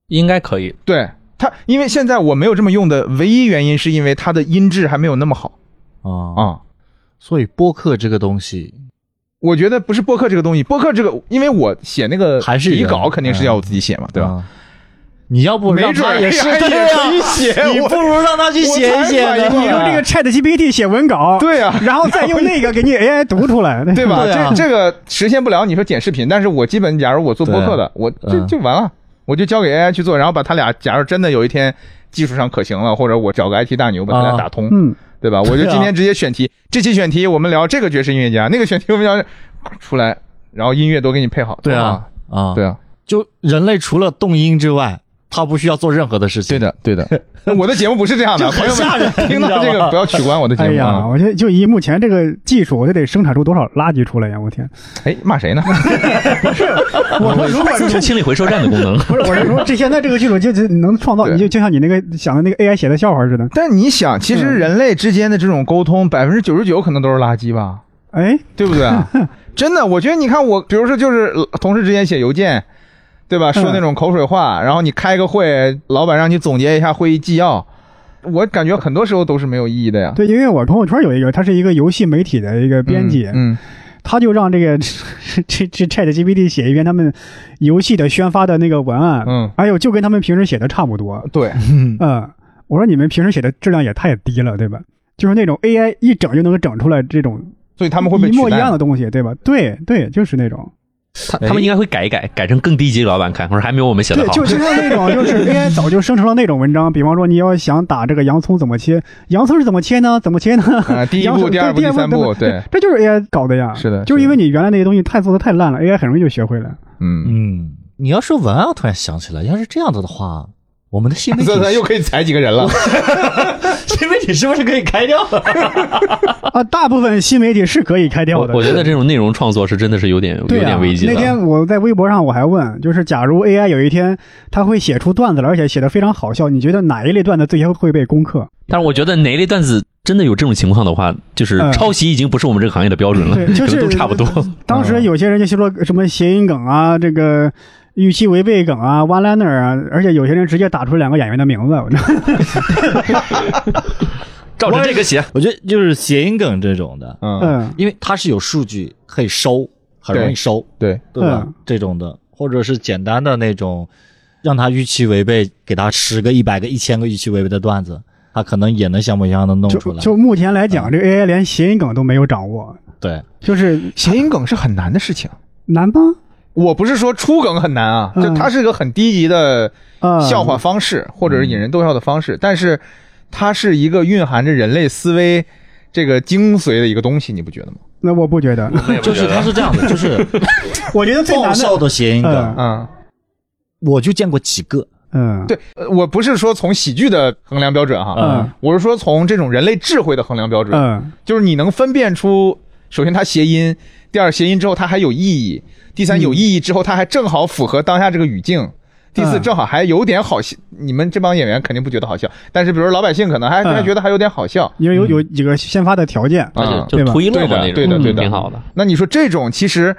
Speaker 2: 应该可以。
Speaker 3: 对它，因为现在我没有这么用的唯一原因，是因为它的音质还没有那么好
Speaker 5: 啊
Speaker 3: 啊。
Speaker 5: 所以播客这个东西，
Speaker 3: 我觉得不是播客这个东西，播客这个，因为我写那个
Speaker 5: 还是
Speaker 3: 底
Speaker 5: 人
Speaker 3: 稿肯定是要我自己写嘛，对
Speaker 4: 嗯
Speaker 3: 吧？
Speaker 5: 啊你要不
Speaker 3: 没
Speaker 5: 让
Speaker 3: 准
Speaker 5: 他
Speaker 3: 儿
Speaker 5: 也是
Speaker 3: 哎呀
Speaker 5: 对呀
Speaker 3: 也可以写
Speaker 5: 你
Speaker 3: 我
Speaker 5: 不如让他去
Speaker 3: 我
Speaker 5: 写一
Speaker 3: 才
Speaker 5: 写
Speaker 3: 反
Speaker 5: 呢。
Speaker 3: 应过
Speaker 1: 哎你用这个 Chat GPT 写文稿，
Speaker 3: 对啊
Speaker 1: 然后再用那个给你 AI 读出 来，
Speaker 3: 对吧？
Speaker 5: 对啊
Speaker 3: 这这个实现不了，你说剪视频，但是我基本，假如我做播客的，我这
Speaker 5: 嗯
Speaker 3: 就完了，我就交给 AI 去做，然后把他俩，假如真的有一天技术上可行了，或者我找个 IT 大牛把他俩
Speaker 5: 啊
Speaker 3: 打通，
Speaker 1: 嗯，
Speaker 3: 对吧？我就
Speaker 5: 对啊
Speaker 3: 今天直接选题，这期选题我们聊这个爵士音乐家，那个选题我们聊出来，然后音乐都给你配好，
Speaker 5: 对
Speaker 3: 啊
Speaker 5: 啊，啊，
Speaker 3: 对啊，
Speaker 5: 就人类除了动音之外，他不需要做任何的事情。
Speaker 3: 对，的， 对的。我的节目不是这样的，朋友
Speaker 5: 吓人
Speaker 3: 们听到
Speaker 5: 你
Speaker 3: 这
Speaker 5: 知道
Speaker 3: 个
Speaker 5: 吗
Speaker 3: 不要取关我的节
Speaker 1: 哎
Speaker 3: 目
Speaker 1: 呀，
Speaker 3: 啊！
Speaker 1: 我觉得就以目前这个技术，我就得生产出多少垃圾出来呀！我天，
Speaker 3: 哎，骂谁呢？
Speaker 1: 我说如果
Speaker 2: 增强清理回收站的功 能，
Speaker 1: 不是，我是说这现在这个技术就就能创造，
Speaker 3: 对
Speaker 1: 你就就像你那个想的那个 AI 写的笑话似的。
Speaker 3: 但你想，其实人类之间的这种沟通，百分之九十九可能都是垃圾吧。
Speaker 1: 哎，
Speaker 3: 对不对？啊 真的，我觉得你看我，比如说就是呃同事之间写邮件，对
Speaker 1: 嗯
Speaker 3: 吧？说那种口水话，然后你开个会，老板让你总结一下会议纪要，我感觉很多时候都是没有意义的呀。
Speaker 1: 对，因为我朋友圈有一个，他是一个游戏媒体的一个编辑，
Speaker 3: 嗯，
Speaker 1: 他就让这个 这这 Chat GPT 写一篇他们游戏的宣发的那个文案，
Speaker 3: 嗯
Speaker 1: 哎呦，就跟他们平时写的差不多
Speaker 3: 嗯，对，
Speaker 1: 嗯，我说你们平时写的质量也太低了，对吧？就是那种 AI 一整就能整出来这种
Speaker 3: 所以他们会被
Speaker 1: 一
Speaker 3: 取
Speaker 1: 模一
Speaker 3: 代
Speaker 1: 样
Speaker 3: 嘛。
Speaker 1: 的东西，对吧？对对，就是那种，
Speaker 3: 哎
Speaker 2: 他他们应该会改一改，改成更低级老板看，或者还没有我们写的
Speaker 1: 对，
Speaker 2: 好。
Speaker 1: 就就像那种，就是 AI 早就生成了那种文章，比方说你要想打这个洋葱怎么切，洋葱是怎么切呢？怎么切呢？
Speaker 3: 啊，第一
Speaker 1: 洋
Speaker 3: 步、
Speaker 1: 葱
Speaker 3: 第二步、
Speaker 1: 对
Speaker 3: 第三步，
Speaker 1: 对
Speaker 3: 对，，
Speaker 1: 这就是 AI 搞的呀。
Speaker 3: 是的
Speaker 1: 就是
Speaker 3: 的
Speaker 1: 因为你原来那些东西太做的太烂了，AI 很容易就学会了。
Speaker 3: 嗯，
Speaker 5: 嗯，你要说文案，我突然想起来，要是这样子的话，我们的新媒体
Speaker 3: 这咱又可以裁几个人了。
Speaker 5: 新媒体是不是可以开掉了？
Speaker 1: 啊，大部分新媒体是可以开
Speaker 2: 我
Speaker 1: 掉的。
Speaker 2: 我觉得这种内容创作是真的是有点有
Speaker 1: 对
Speaker 2: 点
Speaker 1: 啊
Speaker 2: 危机，
Speaker 1: 那天
Speaker 2: 的。
Speaker 1: 我在微博上我还问，就是假如 AI 有一天它会写出段子了，而且写的非常好笑，你觉得哪一类段子最先会被攻克？
Speaker 2: 但是我觉得哪一类段子真的有这种情况的话，就是
Speaker 1: 嗯
Speaker 2: 抄袭已经不是我们这个行业的标准了，
Speaker 1: 对就
Speaker 2: 可
Speaker 1: 是
Speaker 2: 能都差不 多。
Speaker 1: 当时有些人就说什么谐音梗啊，这个预期违背梗啊，one liner 啊，而且有些人直接打出两个演员的名字，我
Speaker 2: 啊照着这个写，
Speaker 5: 我觉得就是谐音梗这种的，
Speaker 3: 嗯，
Speaker 1: 嗯
Speaker 5: 因为它是有数据可以收，很容易收，
Speaker 3: 对，
Speaker 5: 对吧？
Speaker 1: 嗯
Speaker 5: 这种的，或者是简单的那种，让他预期违背，给他十个、一百个、一千个预期违背的段子，他可能也能像模像样的弄
Speaker 1: 就
Speaker 5: 出来。
Speaker 1: 就目前来
Speaker 2: 啊
Speaker 1: 讲，这个 AI 连谐音梗都没有掌握，
Speaker 5: 对，
Speaker 1: 就是
Speaker 3: 谐音梗是很难的事情。
Speaker 1: 难吧？
Speaker 3: 我不是说出梗很难啊，就
Speaker 1: 嗯
Speaker 3: 它是一个很低级的
Speaker 1: 啊、
Speaker 3: 笑话方式，或者是引人逗笑的方式，但是它是一个蕴含着人类思维这个精髓的一个东西，你不觉得吗？
Speaker 1: 那我不觉得，
Speaker 5: 就是他是这样的，就是
Speaker 1: 我觉得最
Speaker 5: 爆
Speaker 1: 难
Speaker 5: 笑
Speaker 1: 的，
Speaker 5: 的谐音梗
Speaker 1: 嗯，
Speaker 3: 嗯，
Speaker 5: 我就见过几个。
Speaker 1: 嗯，
Speaker 3: 对，呃我不是说从喜剧的衡量标准哈，
Speaker 1: 嗯
Speaker 3: 我是说从这种人类智慧的衡量标准，
Speaker 1: 嗯，
Speaker 3: 就是你能分辨出，首先它谐音，第二谐音之后它还有意义，第三
Speaker 1: 嗯
Speaker 3: 有意义之后它还正好符合当下这个语境。第四，
Speaker 1: 嗯
Speaker 3: 正好还有点好笑，你们这帮演员肯定不觉得好笑，但是比如老百姓可能还
Speaker 1: 嗯
Speaker 3: 还觉得还有点好笑。
Speaker 1: 因为有有几个先发的条件，嗯
Speaker 2: 而
Speaker 3: 啊
Speaker 2: 且就图一乐嘛那种，嗯
Speaker 3: 对的对的对的
Speaker 2: 挺好的。
Speaker 3: 那你说这种其实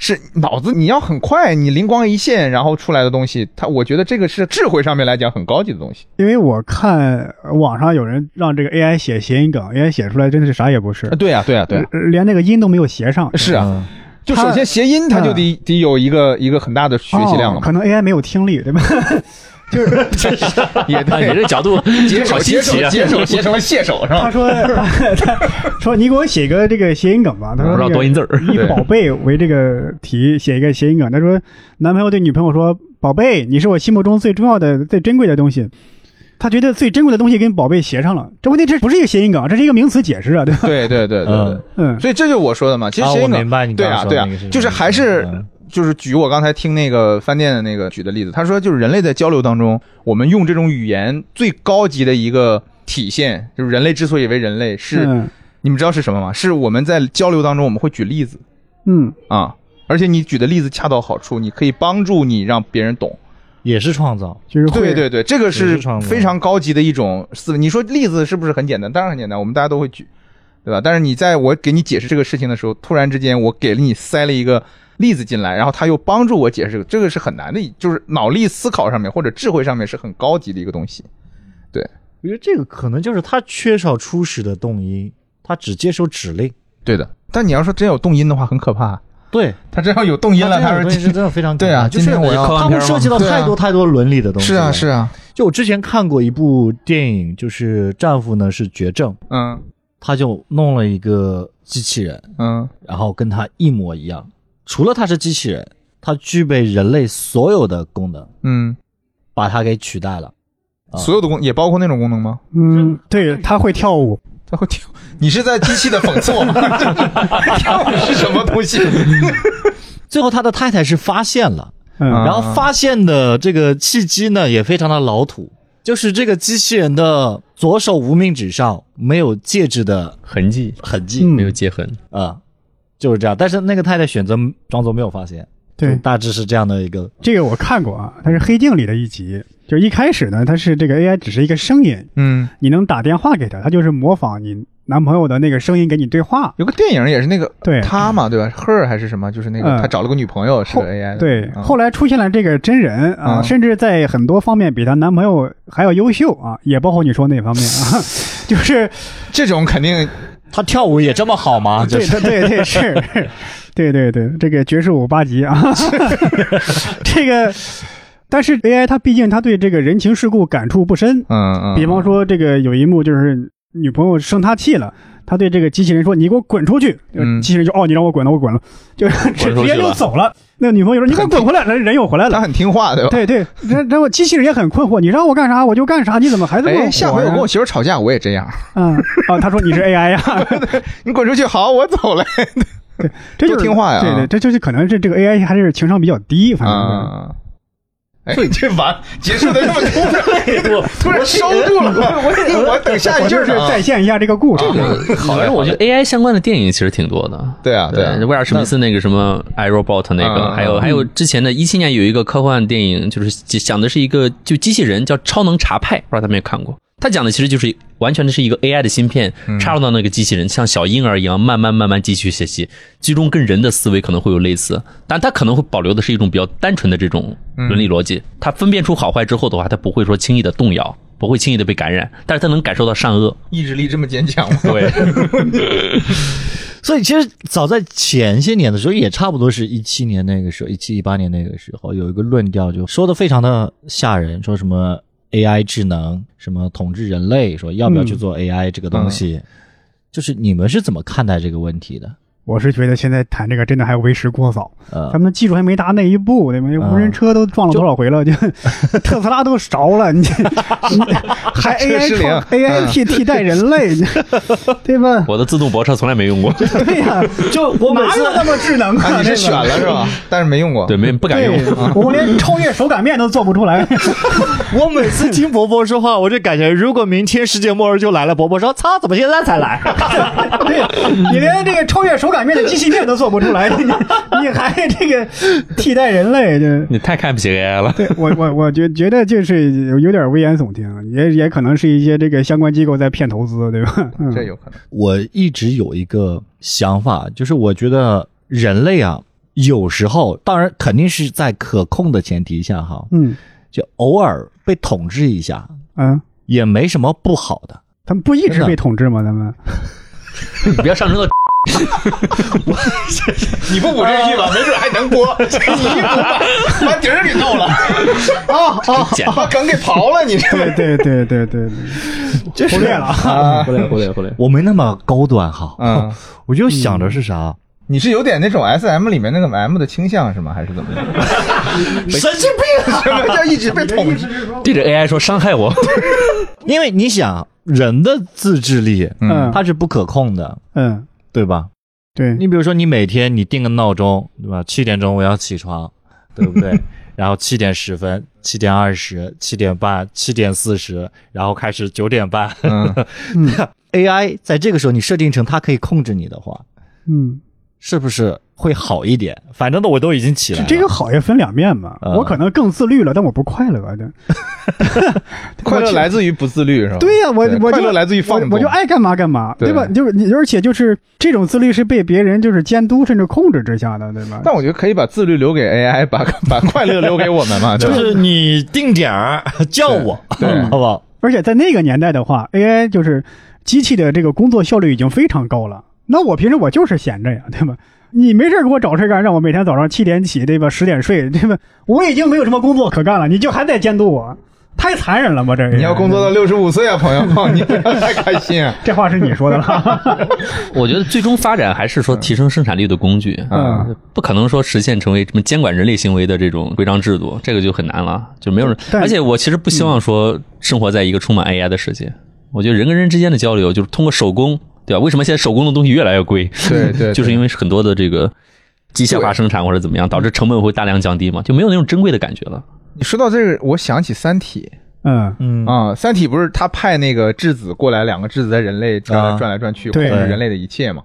Speaker 3: 是脑子你要很快，你灵光一现，然后出来的东西，它我觉得这个是智慧上面来讲很高级的东西。
Speaker 1: 因为我看网上有人让这个 AI 写谐音梗，AI 写出来真的是啥也不是，
Speaker 3: 对啊呀、对呀、对、
Speaker 1: 呃连那个音都没有谐上，
Speaker 3: 是啊。就首先谐音，它就得得有一个一个很大的学习量了
Speaker 1: 哦可
Speaker 3: 嘛，
Speaker 1: 能 AI 没有听力， 对吧？
Speaker 3: 也
Speaker 2: 啊，你
Speaker 3: 对，
Speaker 2: 这角度
Speaker 3: 解
Speaker 2: 好
Speaker 3: 手
Speaker 2: 新
Speaker 3: 解
Speaker 2: 奇
Speaker 3: 手
Speaker 2: 啊！
Speaker 3: 解手写成了卸 手是
Speaker 1: 他
Speaker 3: 吧？
Speaker 1: 说他他说你给我写一个这个谐音梗吧。他说
Speaker 2: 我不知道
Speaker 1: 那个
Speaker 2: 嗯多音字儿
Speaker 1: 以宝贝为这个题写一个谐音梗。他说男朋友对女朋友说：“宝贝，你是我心目中最重要的、最珍贵的东西。”他觉得最珍贵的东西跟宝贝谐上了，这问题这不是一个谐音梗，这是一个名词解释啊，对吧？
Speaker 3: 对对对对对
Speaker 5: 嗯，
Speaker 1: 嗯，
Speaker 3: 所以这就是我说的嘛。其实
Speaker 5: 啊
Speaker 3: 谐音
Speaker 5: 我明白
Speaker 3: 梗，
Speaker 5: 你
Speaker 3: 对
Speaker 5: 刚
Speaker 3: 啊
Speaker 5: 刚说
Speaker 3: 对
Speaker 5: 的
Speaker 3: 啊
Speaker 5: 那个是什，么
Speaker 3: 就是还是
Speaker 5: 嗯
Speaker 3: 就是举我刚才听那个饭店的那个举的例子，他说就是人类在交流当中，我们用这种语言最高级的一个体现，就是人类之所以为人类，是
Speaker 1: 嗯
Speaker 3: 你们知道是什么吗？是我们在交流当中我们会举例子
Speaker 1: 嗯，
Speaker 3: 啊，而且你举的例子恰到好处，你可以帮助你让别人懂。
Speaker 4: 也是创造，
Speaker 1: 就是会
Speaker 3: 对对对，这个是
Speaker 4: 是创作
Speaker 3: 非常高级的一种思维。你说例子是不是很简单？当然很简单，我们大家都会举，对吧？但是你在我给你解释这个事情的时候，突然之间我给了你塞了一个例子进来，然后他又帮助我解释这个，这个是很难的一，就是脑力思考上面或者智慧上面是很高级的一个东西。
Speaker 4: 我觉得这个可能就是他缺少初始的动因，他只接受指令。
Speaker 3: 对的，但你要说真有动因的话，很可怕。
Speaker 4: 对，
Speaker 3: 他真要有动因了，
Speaker 4: 啊他这
Speaker 3: 他
Speaker 4: 种东西是
Speaker 3: 说
Speaker 4: 真的非常
Speaker 3: 对啊
Speaker 4: 可怕就
Speaker 3: 今
Speaker 4: 是
Speaker 3: 天我要
Speaker 2: 科幻
Speaker 4: 他
Speaker 2: 片
Speaker 4: 会
Speaker 2: 吗
Speaker 4: 涉及到
Speaker 3: 对啊
Speaker 4: 太多太多伦理的东西。
Speaker 3: 是啊是。啊，
Speaker 4: 就我之前看过一部电影，就是丈夫呢是绝症，
Speaker 3: 嗯
Speaker 4: 他就弄了一个机器人，
Speaker 3: 嗯
Speaker 4: 然后跟他一模一样，除了他是机器人，他具备人类所有的功能，
Speaker 3: 嗯，
Speaker 4: 把他给取代了。啊
Speaker 3: 所有的功也包括那种功能吗？
Speaker 1: 嗯，对，他会跳舞，
Speaker 3: 他会跳，你是在机器的讽刺我吗？ 跳舞是什么东西？
Speaker 4: 最后他的太太是发现了，
Speaker 1: 嗯
Speaker 3: 啊
Speaker 4: 然后发现的这个契机呢，也非常的老土，就是这个机器人的左手无名指上没有戒指的
Speaker 2: 痕迹
Speaker 4: 痕迹
Speaker 1: 嗯
Speaker 2: 没有戒痕，
Speaker 4: 啊、就是这样。但是那个太太选择装作没有发现，
Speaker 1: 对
Speaker 4: 大致是这样的一个。
Speaker 1: 这个我看过啊，它是《黑镜》里的一集。就一开始呢，它是这个 AI 只是一个声音，
Speaker 3: 嗯，
Speaker 1: 你能打电话给它，它就是模仿你男朋友的那个声音给你对话。
Speaker 3: 有个电影也是那个
Speaker 1: 对
Speaker 3: 他嘛，对吧？Her 还是什么？就是那个
Speaker 1: 哎嗯
Speaker 3: 他找了个女朋友，是
Speaker 1: 后
Speaker 3: 个 AI 的。
Speaker 1: 对，
Speaker 3: 嗯
Speaker 1: 后来出现了这个真人啊，
Speaker 3: 嗯
Speaker 1: 甚至在很多方面比她男朋友还要优秀啊，也包括你说那方面 啊，就是
Speaker 3: 这种肯定
Speaker 4: 他跳舞也这么好吗？就
Speaker 1: 对
Speaker 4: 是
Speaker 1: 对对对是， 对对对，这个爵士舞八级啊，这个，但是 AI 它毕竟它对这个人情世故感触不深，
Speaker 3: 嗯嗯，
Speaker 1: 比方说，这个有一幕就是女朋友生他气了，他对这个机器人说：“你给我滚出去！”
Speaker 3: 嗯
Speaker 1: 机器人就哦，你让我滚了，我滚了， 就直
Speaker 2: 出去
Speaker 1: 接就
Speaker 2: 了
Speaker 1: 走了。那女朋友说：“你给我滚回来！”人人又回来
Speaker 3: 他
Speaker 1: 了。
Speaker 3: 很听话，对吧？
Speaker 1: 对对，然然后机器人也很困惑，你让我干啥我就干啥，你怎么还这么火
Speaker 3: 哎，
Speaker 1: 呀
Speaker 3: 下回我跟我媳妇吵架，我也这样。
Speaker 1: 嗯啊，他说你是 AI 呀，
Speaker 3: 你滚出去，好，我走了。
Speaker 1: 这就是
Speaker 3: 多听话呀
Speaker 1: 对对，这就是可能是这个 AI 还是情商比较低，反正
Speaker 3: 啊，哎，这完结束的这么突然，突然收住了。我我我等下
Speaker 1: 是 我
Speaker 3: 一句
Speaker 1: 就
Speaker 3: 儿
Speaker 1: 是
Speaker 3: 呢啊
Speaker 1: 再现一下这个故事。
Speaker 2: 好像我觉得 AI 相关的电影其实挺多的。
Speaker 3: 对啊对啊
Speaker 2: 威尔史密斯那个什么 I Robot 那
Speaker 3: 嗯嗯
Speaker 2: 个，
Speaker 3: 嗯
Speaker 2: 还有还有之前的一七年有一个科幻电影，就是讲的是一个就机器人叫超能查派，不知道他们有没有看过。他讲的其实就是完全的是一个 AI 的芯片
Speaker 3: 嗯
Speaker 2: 插入到那个机器人，像小婴儿一样慢慢慢慢继续学习，最终跟人的思维可能会有类似，但它可能会保留的是一种比较单纯的这种
Speaker 3: 嗯
Speaker 2: 伦理逻辑。它分辨出好坏之后的话，它不会说轻易的动摇，不会轻易的被感染，但是它能感受到善恶。
Speaker 3: 意志力这么坚 强吗？
Speaker 2: 对，
Speaker 4: 所以其实早在前些年的时候，也差不多是一七年那个时候，一七一八年那个时候，有一个论调就说的非常的吓人，说什么 AI 智能，什么统治人类，说要不要去做 AI 这个东西。就是你们是怎么看待这个问题的？
Speaker 1: 我是觉得现在谈这个真的还为时过早，
Speaker 3: 啊
Speaker 4: 呃
Speaker 1: 咱，们的技术还没达那一步，对吗？无人车都撞了多少回了，就 特斯拉都着了， 你你还
Speaker 3: 车
Speaker 1: AI
Speaker 3: 失灵啊
Speaker 1: 创 AI 替替代人类，你 对吧？
Speaker 2: 我的自动泊车从来没用过，
Speaker 1: 对呀，
Speaker 4: 就我每
Speaker 1: 哪
Speaker 4: 次
Speaker 1: 有那么智能
Speaker 3: 啊，
Speaker 1: 啊？
Speaker 3: 你
Speaker 1: 这
Speaker 3: 是
Speaker 1: 个
Speaker 3: 选了是吧？但是没用过。啊
Speaker 2: 对，没不敢用。
Speaker 1: 对，我们连超越手擀面都做不出来。
Speaker 4: 我每次听伯伯说话，我就感觉如果明天世界末日就来了，伯伯说：“操，怎么现在才来？”
Speaker 1: 对，你连这个超越手擀面的机器面都做不出来，你你还这个替代人类，这
Speaker 2: 你太看不起 AI 了。
Speaker 1: 对我我我觉觉得就是有有点危言耸听，啊也也可能是一些这个相关机构在骗投资，对吧？ 嗯
Speaker 3: 这有可能。
Speaker 4: 我一直有一个想法，就是我觉得人类啊，有时候当然肯定是在可控的前提下哈，
Speaker 1: 嗯
Speaker 4: 就偶尔被统治一下
Speaker 1: 嗯，
Speaker 4: 也没什么不好的。
Speaker 1: 他们不一
Speaker 4: 真
Speaker 1: 直
Speaker 4: 的
Speaker 1: 被统治吗？他们
Speaker 2: 你不要上升 到
Speaker 3: 你不补这句吧，没准还能啊 播。你一补把 把底儿给漏了，
Speaker 1: 哦哦，
Speaker 2: 简
Speaker 3: 把梗给刨了，你这。
Speaker 1: 对对对对对，对，忽略了啊。
Speaker 3: 啊，
Speaker 2: 回来回来回来。
Speaker 4: 我没那么高端哈，
Speaker 3: 嗯，
Speaker 4: 我就想着是啥，
Speaker 3: 你是有点那种 S M 里面那个 M 的倾向是吗？还是怎么样？
Speaker 4: 神经病啊！
Speaker 3: 什么叫一直被 统治？
Speaker 2: 对着 AI 说伤害我，
Speaker 4: 因为你想，人的自制力
Speaker 1: 嗯
Speaker 4: 它是不可控的，
Speaker 1: 嗯，
Speaker 4: 对吧？
Speaker 1: 对，
Speaker 4: 你比如说，你每天你定个闹钟，对吧？七点钟我要起床，对不对？然后七点十分、七 点二十、七点半、七点四十，然后开始九点半，
Speaker 3: 嗯，
Speaker 1: 嗯
Speaker 5: AI 在这个时候你设定成它可以控制你的话，
Speaker 1: 嗯，
Speaker 5: 是不是会好一点？反正的我都已经起来了，
Speaker 1: 这个好也分两面嘛。我可能更自律了，但我不快乐啊的。
Speaker 3: 快乐来自于不自律是吧？
Speaker 1: 对呀、我我
Speaker 3: 快乐
Speaker 1: 就
Speaker 3: 来自于放
Speaker 1: 我
Speaker 3: 纵，
Speaker 1: 我就爱干嘛干嘛，
Speaker 3: 对
Speaker 1: 对吧？就是你，而且就是这种自律是被别人就是监督甚至控制之下的，对吧？
Speaker 3: 但我觉得可以把自律留给 AI，把把快乐留给我们 嘛，对
Speaker 5: 就
Speaker 3: 吧？
Speaker 5: 是你定点儿叫我，
Speaker 3: 对
Speaker 5: 好不好？
Speaker 1: 而且在那个年代的话，AI 就是机器的这个工作效率已经非常高了。那我平时我就是闲着呀，对吧？你没事儿给我找事儿干，让我每天早上七点起，对吧？十点睡，对吧？我已经没有什么工作可干了，你就还在监督我，太残忍了吧？这
Speaker 3: 你要工作到六十五岁啊， 朋友，你不要太开心啊！
Speaker 1: 这话是你说的了，
Speaker 2: 我觉得最终发展还是说提升生产力的工具，啊
Speaker 1: 嗯
Speaker 2: 不可能说实现成为什么监管人类行为的这种规章制度，这个就很难了，就没有人。
Speaker 1: 但
Speaker 2: 而且我其实不希望说生活在一个充满 AI 的世界。我觉得人跟人之间的交流，就是通过手工，对吧？为什么现在手工的东西越来越贵？
Speaker 3: 对对，
Speaker 2: 就是因为很多的这个机械化生产或者怎么样，导致成本会大量降低嘛，就没有那种珍贵的感觉了。
Speaker 3: 你说到这个，我想起《三体
Speaker 1: 嗯，》
Speaker 3: 啊，《三体》不是他派那个质子过来，两个质子在人类转
Speaker 5: 啊
Speaker 3: 转来转去，控
Speaker 1: 对
Speaker 3: 制人类的一切嘛。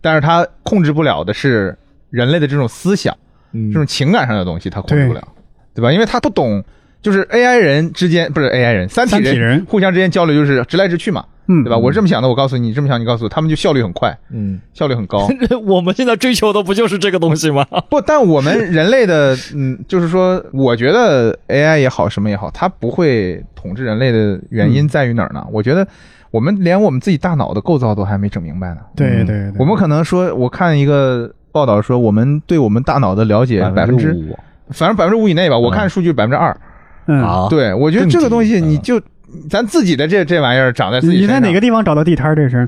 Speaker 3: 但是他控制不了的是人类的这种思想，
Speaker 5: 嗯
Speaker 3: 这种情感上的东西，他控制不
Speaker 1: 对
Speaker 3: 了，对吧？因为他不懂，就是 AI 人之间不是 AI 人，三体
Speaker 1: 三体人
Speaker 3: 互相之间交流就是直来直去嘛，
Speaker 1: 嗯
Speaker 3: 对吧？我是这么想的，我告诉你，你这么想，你告诉我，他们就效率很快，
Speaker 5: 嗯，
Speaker 3: 效率很高。
Speaker 5: 我们现在追求的不就是这个东西吗？
Speaker 3: 不，但我们人类的，嗯，就是说，我觉得 AI 也好，什么也好，它不会统治人类的原
Speaker 1: 嗯
Speaker 3: 因在于哪儿呢？我觉得我们连我们自己大脑的构造都还没整明白呢。嗯
Speaker 1: 对对对，
Speaker 3: 我们可能说，我看一个报道说，我们对我们大脑的了解百分之，
Speaker 5: 五
Speaker 3: 反正百分之五以内吧。我看数据百分之二。
Speaker 1: 嗯，
Speaker 5: 啊，
Speaker 3: 对，我觉得
Speaker 5: 更
Speaker 3: 这个东
Speaker 5: 低
Speaker 3: 西你就。咱自己的这这玩意儿长在自己
Speaker 1: 你
Speaker 3: 身
Speaker 1: 在
Speaker 3: 上，
Speaker 1: 哪个地方找到地摊儿？这是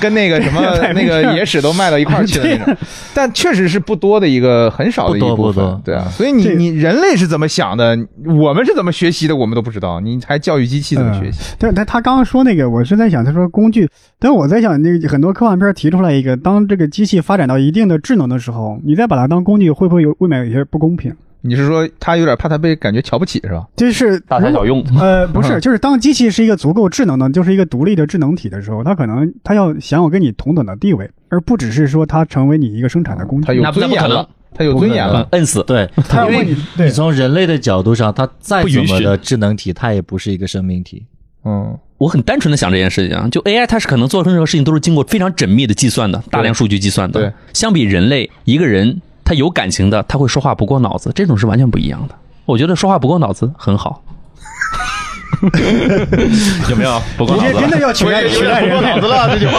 Speaker 3: 跟那个什么
Speaker 1: 百分之
Speaker 3: 那个野史都卖到一块儿去的那种，但确实是不多的一个很少的一
Speaker 5: 不多
Speaker 3: 部
Speaker 5: 不多
Speaker 3: 分，对啊，所以你
Speaker 1: 这
Speaker 3: 你人类是怎么想的，我们是怎么学习的，我们都不知道，你还教育机器怎么学习？
Speaker 1: 对，他他刚刚说那个，我是在想，他说工具，但我在想，那个很多科幻片提出来一个，当这个机器发展到一定的智能的时候，你再把它当工具，会不会有未免有些不公平？
Speaker 3: 你是说他有点怕他被感觉瞧不起是吧？
Speaker 1: 就是
Speaker 2: 大材小用，
Speaker 1: 呃，不 是，就是当机器是一个足够智能的，就是一个独立的智能体的时候，它可能它要享有跟你同等的地位，而不只是说它成为你一个生产的工
Speaker 3: 他
Speaker 1: 具。
Speaker 3: 有
Speaker 2: 那不
Speaker 3: 尊
Speaker 2: 那不
Speaker 3: 严
Speaker 2: 可能
Speaker 3: 了，他有尊严
Speaker 5: 不可能，
Speaker 3: 了
Speaker 2: 嗯摁死。
Speaker 5: 对，
Speaker 1: 它要
Speaker 5: 因
Speaker 1: 为
Speaker 5: 为
Speaker 1: 你对
Speaker 5: 你从人类的角度上，它再
Speaker 2: 不
Speaker 5: 怎
Speaker 2: 允
Speaker 5: 么
Speaker 2: 许
Speaker 5: 的智能体，它也不是一个生命体。
Speaker 3: 嗯，
Speaker 2: 我很单纯的想这件事情啊，就 AI 它是可能做成任何事情都是经过非常缜密的计算的，大量数据计算的
Speaker 3: 对。
Speaker 2: 相比人类，一个人他有感情的，他会说话不过脑子，这种是完全不一样的。我觉得说话不过脑子很好。有没有不过
Speaker 1: 你
Speaker 2: 脑
Speaker 1: 这真
Speaker 2: 子？
Speaker 1: 的要取 代取代人 类？
Speaker 3: 了这句话，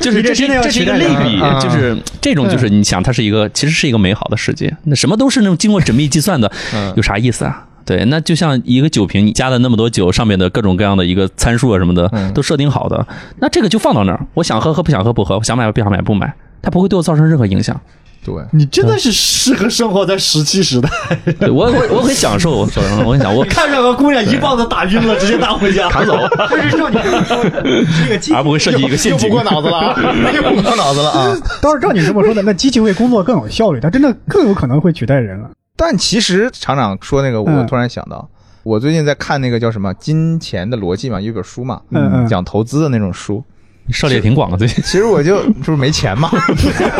Speaker 2: 就是
Speaker 1: 你这
Speaker 2: 这是
Speaker 1: 真的要
Speaker 2: 这是一
Speaker 1: 取
Speaker 2: 个
Speaker 1: 代
Speaker 2: 类
Speaker 1: 人
Speaker 2: 比
Speaker 3: 啊，
Speaker 2: 就是这种就是你想它是一个其实是一个美好的世界，那什么都是那种经过缜密计算的，
Speaker 3: 嗯
Speaker 2: 有啥意思啊？对，那就像一个酒瓶，你加了那么多酒，上面的各种各样的一个参数啊什么的
Speaker 3: 嗯
Speaker 2: 都设定好的，那这个就放到那儿，我想喝喝，不想喝不喝，我想买不想买不买，它不会对我造成任何 影响。
Speaker 3: 对，
Speaker 5: 你真的是适合生活在石器时代。
Speaker 2: 对我我我很享受， 我说我跟你讲，我
Speaker 5: 看上个姑娘一棒子打晕了，直接打回家，
Speaker 2: 拿走，
Speaker 1: 但是照你这么说，这个机
Speaker 2: 而不会设计一个陷
Speaker 3: 又
Speaker 2: 阱
Speaker 3: 不。过脑子了啊， 又不过脑子了 啊。
Speaker 1: 倒是照你这么说的，那机器会工作更有效率，它真的更有可能会取代人了。
Speaker 3: 但其实厂长说那个，我
Speaker 1: 嗯
Speaker 3: 突然想到，我最近在看那个叫什么《金钱的逻辑》嘛，有一本书嘛，
Speaker 1: 嗯嗯
Speaker 3: 讲投资的那种书。
Speaker 2: 你 涉猎挺广啊，最近
Speaker 3: 其实我就就是没钱嘛，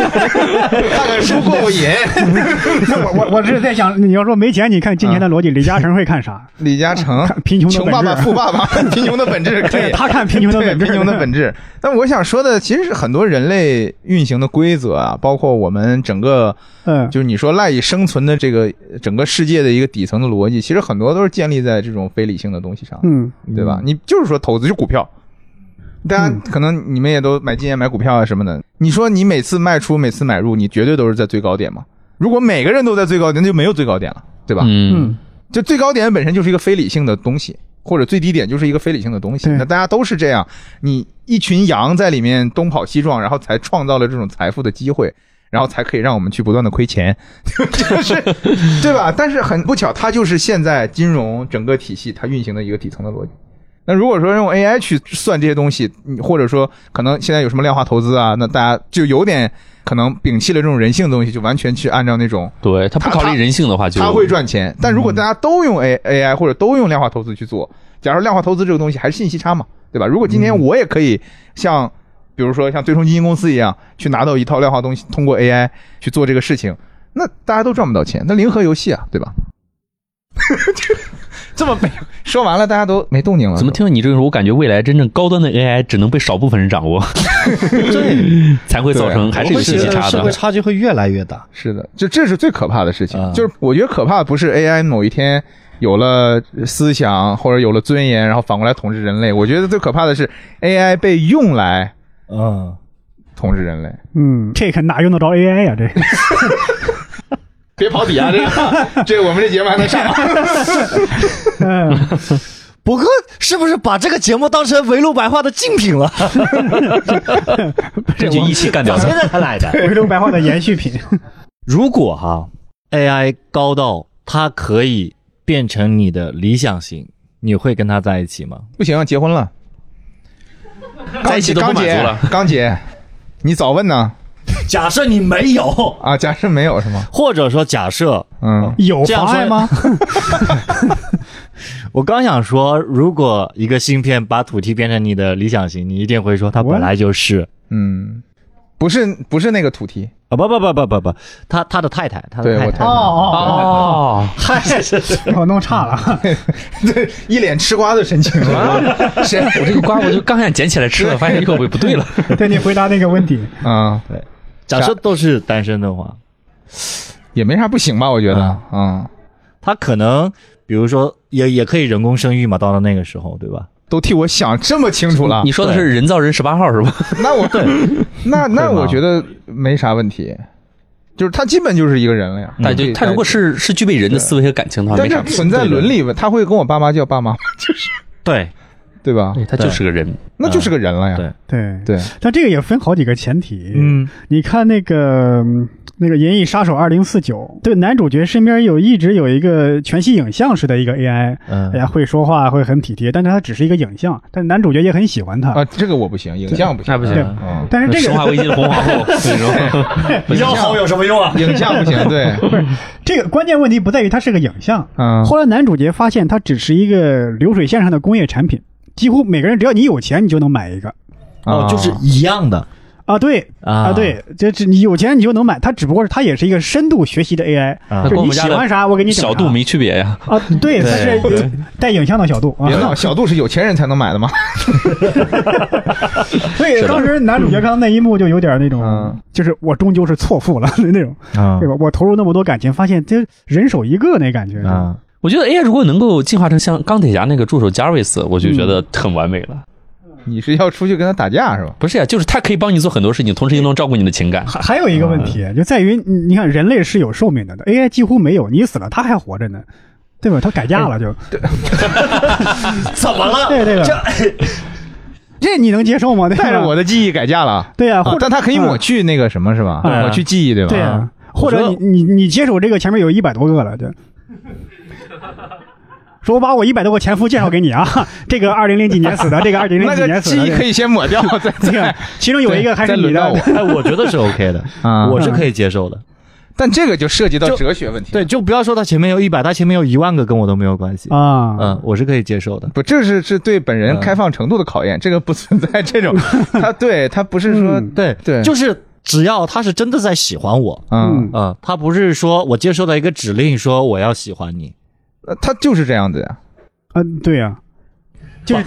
Speaker 3: 看看书过过瘾。
Speaker 1: 我我我是在想，你要说没钱，你看今
Speaker 4: 嗯
Speaker 1: 天的逻辑，李嘉诚会看啥？
Speaker 3: 李嘉诚，
Speaker 1: 贫穷的
Speaker 3: 穷
Speaker 1: 本
Speaker 3: 爸爸、
Speaker 1: 质
Speaker 3: 富爸爸， 贫穷的本质可以。
Speaker 1: 他看贫穷的
Speaker 3: 对
Speaker 1: 本质，
Speaker 3: 贫穷的本质。但我想说的，其实是很多人类运行的规则啊，包括我们整个，
Speaker 1: 嗯，
Speaker 3: 就是你说赖以生存的这个整个世界的一个底层的逻辑，其实很多都是建立在这种非理性的东西上。
Speaker 1: 嗯，
Speaker 3: 对吧？你就是说投资就股票，大家可能你们也都买基金、买股票啊什么的。你说你每次卖出、每次买入，你绝对都是在最高点嘛？如果每个人都在最高点，那就没有最高点了，对吧？
Speaker 2: 嗯
Speaker 1: 嗯，
Speaker 3: 就最高点本身就是一个非理性的东西，或者最低点就是一个非理性的东西。
Speaker 1: 对
Speaker 3: 那大家都是这样，你一群羊在里面东跑西撞，然后才创造了这种财富的机会。然后才可以让我们去不断的亏钱， 就是对吧？但是很不巧，它就是现在金融整个体系它运行的一个底层的逻辑。那如果说用 AI 去算这些东西，你或者说可能现在有什么量化投资啊，那大家就有点可能摒弃了这种人性的东西，就完全去按照那种
Speaker 2: 对他不考虑人性的话就，
Speaker 3: 他会赚钱。但如果大家都用 A A I 或者都用量化投资去做，假如量化投资这个东西还是信息差嘛，对吧？如果今
Speaker 2: 嗯
Speaker 3: 天我也可以像，比如说像对冲基金公司一样，去拿到一套量化东西，通过 AI 去做这个事情，那大家都赚不到钱，那零和游戏啊，对吧？ 这么没有说完了，大家都没动静
Speaker 4: 啊
Speaker 3: 了。
Speaker 2: 怎么听你这个时候，我感觉未来真正高端的 AI 只能被少部分人掌握，
Speaker 4: 对， 啊
Speaker 2: 才会造成还是有信息差
Speaker 4: 社会
Speaker 2: 的。
Speaker 4: 差距会越来越大。
Speaker 3: 是的，这这是最可怕的事情。
Speaker 4: 啊
Speaker 3: 就是我觉得可怕的不是 AI 某一天有了思想或者有了尊严，然后反过来统治人类。我觉得最可怕的是 AI 被用来
Speaker 4: 嗯，
Speaker 3: 统治人类。
Speaker 1: 嗯，这可哪用得着 AI 呀、这个
Speaker 3: 别跑底啊！这 个这个我们这节目还能上吗？
Speaker 1: 嗯，
Speaker 4: 博哥是不是把这个节目当成围炉白话的竞品了？
Speaker 2: 这就一起干掉
Speaker 4: 现
Speaker 2: 它。
Speaker 4: 在才来的。
Speaker 1: 回流白话的延续品。
Speaker 4: 如果哈 AI 高到它可以变成你的理想型，你会跟他在一起吗？
Speaker 3: 不行，结婚 了。
Speaker 2: 在一起都不
Speaker 3: 钢
Speaker 2: 满足
Speaker 3: 姐
Speaker 2: 了，
Speaker 3: 钢姐，你早问呢？
Speaker 4: 假设你没有，
Speaker 3: 啊，假设没有是吗？
Speaker 4: 或者说假设
Speaker 3: 嗯，
Speaker 1: 有
Speaker 4: 这样
Speaker 1: 妨
Speaker 4: 说
Speaker 1: 碍吗？
Speaker 4: 我刚想说，如果一个芯片把土地变成你的理想型，你一定会说它本来就是
Speaker 3: 嗯，不是不是那个土提，
Speaker 4: 啊不不不不不不，他他的太太，他的
Speaker 3: 对
Speaker 4: 太
Speaker 3: 我
Speaker 4: 太
Speaker 3: 太，哦，
Speaker 2: 哦，
Speaker 4: 嗨，是是
Speaker 1: 我弄差了，
Speaker 3: 对，一脸吃瓜的神 情。谁？
Speaker 2: 我这个瓜我就刚想捡起来吃了，发现又不不对了。
Speaker 1: 对你回答那个问题，
Speaker 3: 嗯，
Speaker 4: 假设都是单身的话，
Speaker 3: 也没啥不行吧？我觉
Speaker 2: 啊
Speaker 3: 得，嗯，
Speaker 4: 他可能比如说也也可以人工生育嘛，到了那个时候，对吧？
Speaker 3: 都替我想这么清
Speaker 4: 啊
Speaker 3: 楚了
Speaker 2: 你。说的是人造人十八号是吧？
Speaker 3: 那 我那那我觉得没啥问题，就是他基本就是一个人了
Speaker 4: 嗯
Speaker 3: 呀。
Speaker 2: 嗯他就他如果是是具备人的思维和感情的话，
Speaker 3: 但
Speaker 2: 没啥
Speaker 3: 是
Speaker 2: 问题。
Speaker 3: 存在伦理问，他会跟我爸妈叫爸妈，
Speaker 4: 对
Speaker 3: 对吧？
Speaker 2: 对，他嗯就是个人。
Speaker 3: 那就是个人了呀。
Speaker 4: 对嗯
Speaker 1: 对
Speaker 3: 对，
Speaker 1: 但这个也分好几个前提。，，你看那个嗯那个《银翼杀手二零四九》，对男主角身边有一直有一个全息影像式的一个 AI，
Speaker 4: 嗯
Speaker 1: 哎呀，会说话，会很体贴，但是它只是一个影像，但男主角也很喜欢他。
Speaker 3: 啊，这个我不行，影像不行，
Speaker 2: 那不行
Speaker 3: 嗯，
Speaker 1: 但是这
Speaker 2: 生化
Speaker 1: 个
Speaker 2: 危机的红皇后，我跟你 说，
Speaker 4: 要好有什么用啊？
Speaker 3: 影像不行，对，
Speaker 1: 这个关键问题不在于它是个影像，
Speaker 3: 嗯，
Speaker 1: 后来男主角发现它只是一个流水线上的工业产品，几乎每个人只要你有钱，你就能买一个
Speaker 3: 啊
Speaker 4: 哦，就是一样的
Speaker 1: 啊，对。
Speaker 4: 啊
Speaker 1: 啊，，对，这这你有钱你就能买，它只不过是它也是一个深度学习的 AI，、
Speaker 4: 啊
Speaker 1: 就是你喜欢啥我给你整啥
Speaker 2: 小度没区别呀。
Speaker 1: 啊，对，它是有带影像的小度啊
Speaker 3: 别，闹，小度是有钱人才能买的吗？
Speaker 1: 所以当时男主角看到那一幕就有点那种，
Speaker 3: 嗯
Speaker 1: 就是我终究是错付了 那种，
Speaker 4: 啊
Speaker 1: 对吧？我投入那么多感情，发现这人手一个那感觉，
Speaker 4: 啊，
Speaker 2: 我觉得 AI 如果能够进化成像钢铁侠那个助手 Jarvis，我就觉
Speaker 4: 嗯
Speaker 2: 得很完美了。
Speaker 3: 你是要出去跟他打架是吧？
Speaker 2: 不是呀，就是他可以帮你做很多事情，同时又能照顾你的情感。
Speaker 1: 还还有一个问
Speaker 3: 啊
Speaker 1: 题，就在于你你看人类是有寿命的，AI 几乎没有，你死了它还活着呢，对吧？它改嫁了就，
Speaker 3: 哎
Speaker 4: 怎么了？
Speaker 1: 对对吧？ 这你能接受吗？对吧
Speaker 3: 带着我的记忆改嫁了，
Speaker 1: 对呀，
Speaker 3: 啊
Speaker 1: 或者
Speaker 3: 但他可以抹
Speaker 1: 嗯
Speaker 3: 去那个什么是吧？
Speaker 1: 啊
Speaker 3: 抹去记忆对吧？
Speaker 1: 对呀，或者你你你接手这个前面有一百多个了就。 说我把我一百多个前夫介绍给你啊， 这个二零零几年死的，这个二零零
Speaker 3: 那
Speaker 1: 几
Speaker 3: 个
Speaker 1: 年死
Speaker 3: 记
Speaker 1: 的，
Speaker 3: 忆 可以先抹掉，再
Speaker 1: 这个，其中有一个还是你
Speaker 3: 再
Speaker 1: 的
Speaker 3: 轮到，
Speaker 4: 哎，我觉得是 OK 的，
Speaker 3: 啊
Speaker 4: 我是可以接受的。
Speaker 3: 但这个就涉及到
Speaker 4: 就
Speaker 3: 哲学问题。
Speaker 4: 对，，就不要说他前面有一百，他前面有一万个跟我都没有关系。
Speaker 1: 啊，
Speaker 4: 嗯，我是可以接受的。
Speaker 3: 不，这是是对本人开放程度的考验，这个不存在这种。他对他不是说
Speaker 1: 嗯
Speaker 4: 对
Speaker 3: 对
Speaker 4: 就是只要他是真的在喜欢我，
Speaker 3: 嗯，
Speaker 4: 嗯，他不是说我接受到一个指令说我要喜欢你，
Speaker 3: 呃他就是这样子呀。
Speaker 1: 嗯，对呀，就是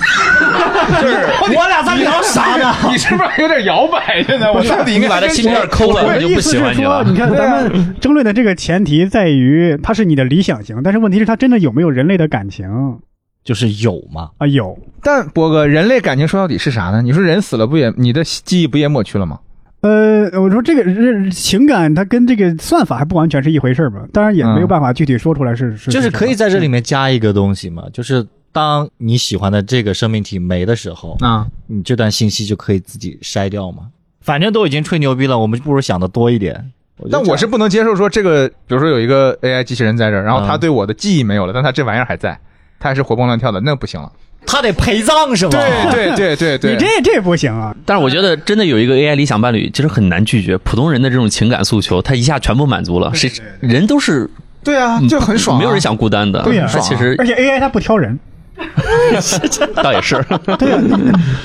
Speaker 4: 我俩在聊啥呢？
Speaker 3: 啊你是不是有点摇摆着呢？我到底应该
Speaker 2: 你把这
Speaker 3: 跟
Speaker 2: 芯片抠了，
Speaker 1: 我
Speaker 2: 我
Speaker 1: 的
Speaker 2: 就
Speaker 1: 意
Speaker 2: 不
Speaker 1: 思
Speaker 2: 喜
Speaker 1: 是
Speaker 2: 欢你
Speaker 1: 说，
Speaker 2: 了。
Speaker 1: 你看咱们争论的这个前提在于它是你的理想型，但是问题是它真的有没有人类的感情
Speaker 4: 就是有嘛，
Speaker 1: 啊？有，
Speaker 3: 但波哥，人类感情说到底是啥呢？你说人死了不也你的记忆不也抹去了吗？
Speaker 1: 呃，我说这个这情感它跟这个算法还不完全是一回事儿吧，当然也没
Speaker 2: 嗯
Speaker 1: 有办法具体说出来是是，
Speaker 4: 就是可以在这里
Speaker 1: 面
Speaker 4: 面加一个东西嘛，就是当你喜欢的这个生命体没的时候，
Speaker 3: 啊，
Speaker 4: 你这段信息就可以自己筛掉嘛。反正都已经吹牛逼了，我们不如想的多一点。
Speaker 3: 但我是不能接受说这个，比如说有一个 AI 机器人在这儿，然后他对我的记忆没有了，但他这玩意儿还在，他还是活蹦乱跳的，那不行了。
Speaker 4: 他得陪葬是吗？
Speaker 3: 对对对对
Speaker 1: 你这这不行啊，
Speaker 2: 但是我觉得真的有一个 AI 理想伴侣，其实很难拒绝。普通人的这种情感诉求，他一下全部满足了。谁人都是
Speaker 3: 对啊
Speaker 2: 嗯，
Speaker 3: 就很爽啊，
Speaker 2: 没有人想孤单的。
Speaker 1: 对呀
Speaker 2: 啊他其实
Speaker 1: 而且 AI 它不挑人，
Speaker 2: 倒也是，
Speaker 1: 对呀、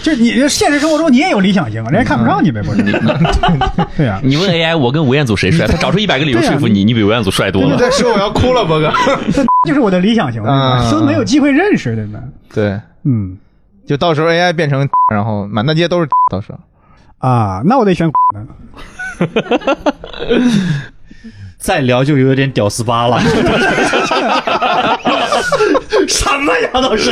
Speaker 1: 就是你现实生活中你也有理想型，人家看不上你呗，不是？
Speaker 2: 嗯
Speaker 1: 对 呀、
Speaker 2: 你问 AI，我跟吴彦祖谁帅？他找出一百个理由说服你，你比吴彦祖帅多
Speaker 3: 你
Speaker 2: 了。
Speaker 3: 再说我要哭了，博哥。
Speaker 1: 这就是我的理想型，对吧
Speaker 3: 嗯
Speaker 1: 孙没有机会认识，对吧？
Speaker 3: 对，
Speaker 1: 嗯
Speaker 3: 就到时候 AI 变成， 然后满大街都是， 到时候
Speaker 1: 啊，那我得选呢。
Speaker 4: 再聊就有点屌丝吧了。什么呀，都是。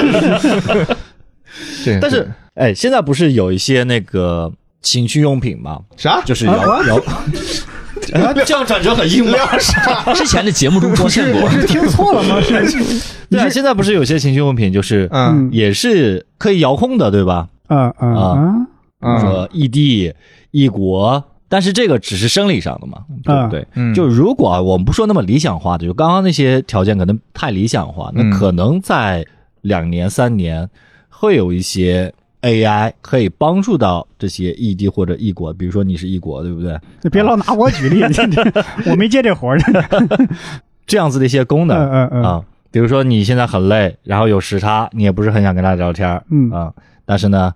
Speaker 3: 对。
Speaker 4: 但是，哎，现在不是有一些那个情趣用品吗？
Speaker 3: 啥？
Speaker 4: 就是摇
Speaker 1: 啊
Speaker 4: 摇，这样转折很硬吗？
Speaker 2: 之前的节目中出 现过
Speaker 1: 我，是听错了吗？ 是
Speaker 4: 对啊，现在不是有些情趣用品就是
Speaker 3: 嗯
Speaker 4: 也是可以遥控的，对吧？
Speaker 1: 啊啊啊！
Speaker 4: 比如
Speaker 3: 嗯
Speaker 4: 说异地、异国，但是这个只是生理上的嘛，对不对？
Speaker 3: 嗯
Speaker 4: 就如果啊我们不说那么理想化的，就刚刚那些条件可能太理想化，那
Speaker 3: 嗯
Speaker 4: 可能在两年、三年会有一些 AI 可以帮助到这些异地或者异国，比如说你是异国，对不对？
Speaker 1: 你别老拿我举 例，这这我没接这活儿。
Speaker 4: 这样子的一些功能
Speaker 1: 嗯嗯嗯
Speaker 4: 啊，比如说你现在很累，然后有时差，你也不是很想跟他聊天儿，
Speaker 1: 嗯
Speaker 4: 啊，但是呢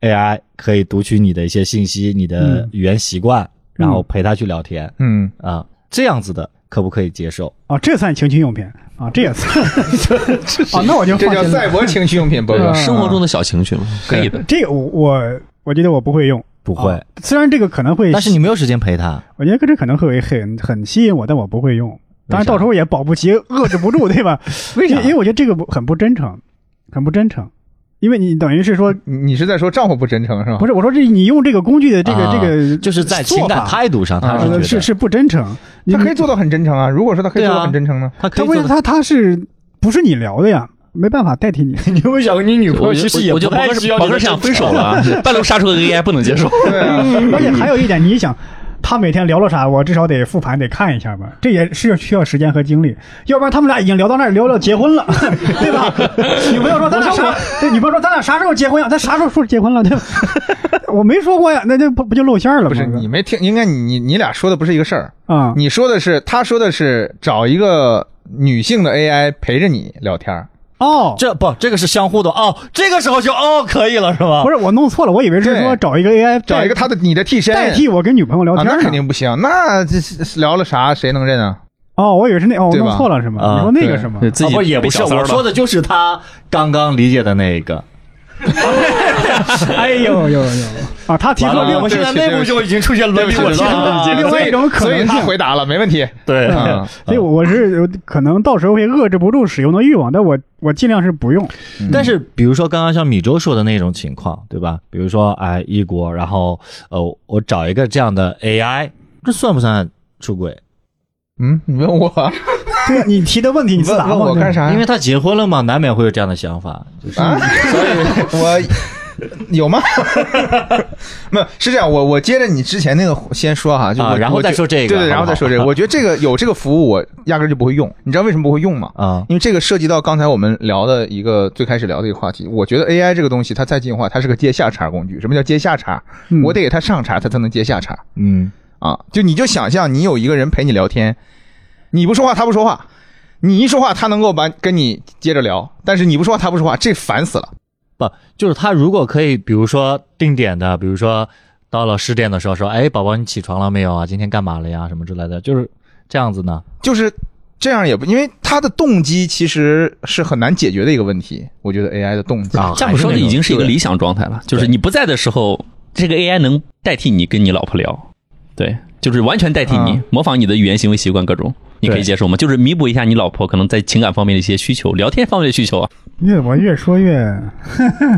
Speaker 4: ，AI 可以读取你的一些信息，你的
Speaker 1: 嗯
Speaker 4: 语言习惯，然后陪他去聊天
Speaker 3: 嗯，
Speaker 4: 啊，这样子的可不可以接受？
Speaker 1: 啊，这算情趣用品啊，这也 算啊，那我就
Speaker 3: 这
Speaker 1: 放
Speaker 3: 叫啊
Speaker 1: 心
Speaker 3: 赛
Speaker 1: 了。
Speaker 3: 博情趣用品，博哥。
Speaker 2: 生活中的小情趣嘛，可以的。
Speaker 1: 这个我我我觉得我不会用，
Speaker 4: 不会，
Speaker 1: 啊虽然这个可能会，
Speaker 4: 但哦哎是你没有时间陪他，
Speaker 1: 我觉得这可能会很很吸引我，但我不会用。当然，到时候也保不齐遏制不住，对 吧？
Speaker 3: 为啥
Speaker 1: 因为我觉得这个不很不真诚，很不真诚。因为你等于是
Speaker 4: 啊
Speaker 1: 说，
Speaker 3: 你你是在说丈夫不真诚是吧？
Speaker 1: 不是我说这你用这个工具的这个、
Speaker 4: 啊
Speaker 1: 这个，
Speaker 4: 就是在情
Speaker 1: 做
Speaker 4: 感
Speaker 1: 法
Speaker 4: 态度上，他
Speaker 3: 啊
Speaker 4: 是觉
Speaker 1: 呃
Speaker 4: 得
Speaker 1: 是是不真诚。你
Speaker 3: 他可以做到很真诚啊。如果说他可以做到很真诚呢？
Speaker 4: 他可
Speaker 1: 他
Speaker 4: 以
Speaker 1: 为
Speaker 4: 做
Speaker 1: 他他是不是你聊的呀？没办法代替 你。
Speaker 4: 你有没有想过你女朋
Speaker 2: 我
Speaker 4: 友
Speaker 2: 觉
Speaker 4: 其实也
Speaker 2: 得，我觉
Speaker 4: 不
Speaker 2: 得宝
Speaker 4: 太
Speaker 2: 哥
Speaker 4: 需
Speaker 2: 是
Speaker 4: 要
Speaker 2: 宝哥是想分手 了啊，半路杀出个 AI 不能接受。
Speaker 3: 对啊，
Speaker 1: 嗯而且还有一点，你 想，他每天聊了啥，我至少得复盘得看一下吧，这也是需要时间和精力，要不然他们俩已经聊到那儿聊到结婚了， 对吧？女朋友说咱俩啥？对，女朋友说咱俩啥时候结婚呀？咱啥时候说结婚了？ 对吧？我没说过呀，那就不不就露馅儿了吗？
Speaker 3: 不是你没听，应该你你你俩说的不是一个事儿。
Speaker 1: 啊
Speaker 3: 你说的是，他说的是找一个女性的 AI 陪着你聊天儿。
Speaker 1: 哦。
Speaker 4: 这不，这个是相互的哦，这个时候就哦可以了是吧
Speaker 1: 不？是我弄错了，我以为是说
Speaker 3: 对
Speaker 1: 找一个 AI
Speaker 3: 找一个
Speaker 1: 代
Speaker 3: 他的你的替身
Speaker 1: 代替我跟女朋友聊
Speaker 3: 啊，
Speaker 1: 天呢
Speaker 3: 那肯定不行，那这是聊了啥谁能认 啊？
Speaker 1: 哦，我以为是那哦，我
Speaker 3: 对吧
Speaker 1: 弄错了是吗？
Speaker 4: 啊
Speaker 1: 你说那个是吗？
Speaker 2: 自己
Speaker 4: 啊不也不是，
Speaker 2: 被小三儿
Speaker 4: 我
Speaker 2: 了
Speaker 4: 说的就是他刚刚理解的那一个。
Speaker 1: 哎呦呦呦啊，他提出
Speaker 4: 完了，
Speaker 1: 另
Speaker 4: 我们现在内部就已经出现伦理混乱了。
Speaker 1: 另外一种可
Speaker 3: 啊所以
Speaker 1: 能
Speaker 3: 他
Speaker 1: 性。
Speaker 3: 回答了，没问题。
Speaker 4: 对
Speaker 3: 嗯
Speaker 1: 所以我我是有可能到时候会遏制不住使用的欲望，但我我尽量是不用。
Speaker 2: 嗯
Speaker 4: 但是比如说刚刚像米粥说的那种情况，对吧？比如说哎，异国，然后呃，我找一个这样的 AI，这算不算出轨？
Speaker 3: 嗯，你问我，
Speaker 1: 对呀，你提的问题 你自
Speaker 3: 问
Speaker 1: 答吧。
Speaker 3: 问我干啥呀？
Speaker 4: 因为他结婚了嘛，难免会有这样的想法。就 是
Speaker 3: 啊，所以我有吗？ 没有，是这样，我我接着你之前那个先说哈，就我、
Speaker 4: 啊然后
Speaker 3: 我觉
Speaker 4: 再说这个
Speaker 3: 对对，
Speaker 4: 好不好
Speaker 3: 然后再说这 个。我觉得这个有这个服务，我压根儿就不会用。你知道为什么不会用吗？
Speaker 4: 啊，
Speaker 3: 因为这个涉及到刚才我们聊的一个最开始聊的一个话题，我觉得 AI 这个东西它再进化，它是个接下茬工具。什么叫接下茬？
Speaker 1: 嗯
Speaker 3: 我得给它上茬，它才能接下茬
Speaker 4: 嗯，
Speaker 3: 啊！就你就想象你有一个人陪你聊天，你不说话，他不说话，你一说话，他能够把跟你接着聊，但是你不说话，他不说话，这烦死了。
Speaker 4: 不，就是他如果可以，比如说定点的，比如说到了十点的时候说，哎，宝宝你起床了没有啊？今天干嘛了呀？什么之类的，就是这样子呢。
Speaker 3: 就是这样也不，因为他的动机其实是很难解决的一个问题。我觉得 AI 的动机
Speaker 4: 啊
Speaker 2: 这样说的已经是一个理想状态了，就是你不在的时候，这个 AI 能代替你跟你老婆聊，对，就是完全代替你
Speaker 3: 啊，
Speaker 2: 模仿你的语言行为习惯各种，你可以
Speaker 4: 对
Speaker 2: 接受吗？就是弥补一下你老婆可能在情感方面的一些需求，聊天方面的需求啊，
Speaker 1: 越我越说越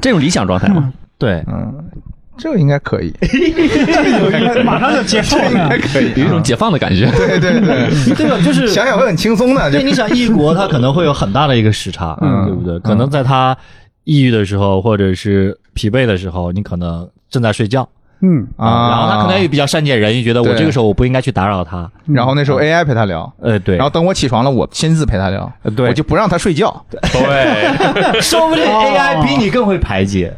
Speaker 2: 这种理想状态嘛。
Speaker 4: 对，
Speaker 3: 嗯，这应该可 以，
Speaker 1: 马上就接受
Speaker 3: 这应
Speaker 1: 了
Speaker 3: 该。可以，
Speaker 2: 有一种
Speaker 3: 啊
Speaker 2: 解放的感觉，
Speaker 3: 对对对，
Speaker 4: 对吧？就是
Speaker 3: 想想会很轻松的。
Speaker 4: 对，
Speaker 3: 就
Speaker 4: 你想异国，它可能会有很大的一个时差，
Speaker 3: 嗯
Speaker 4: 对不对？可能在他抑郁的时候，或者是疲惫的时候，你可能正在睡觉
Speaker 1: 嗯，
Speaker 3: 啊，
Speaker 4: 然后他可能也比较善解人意，觉得我
Speaker 3: 对
Speaker 4: 这个时候我不应该去打扰他。
Speaker 3: 然后那时候 AI 陪他聊，
Speaker 4: 呃，对，
Speaker 3: 然后等我起床了，我亲自陪他聊，
Speaker 4: 对
Speaker 3: 我 就不让他睡觉。
Speaker 4: 后说不定
Speaker 3: 哦
Speaker 4: AI 比你更会排解，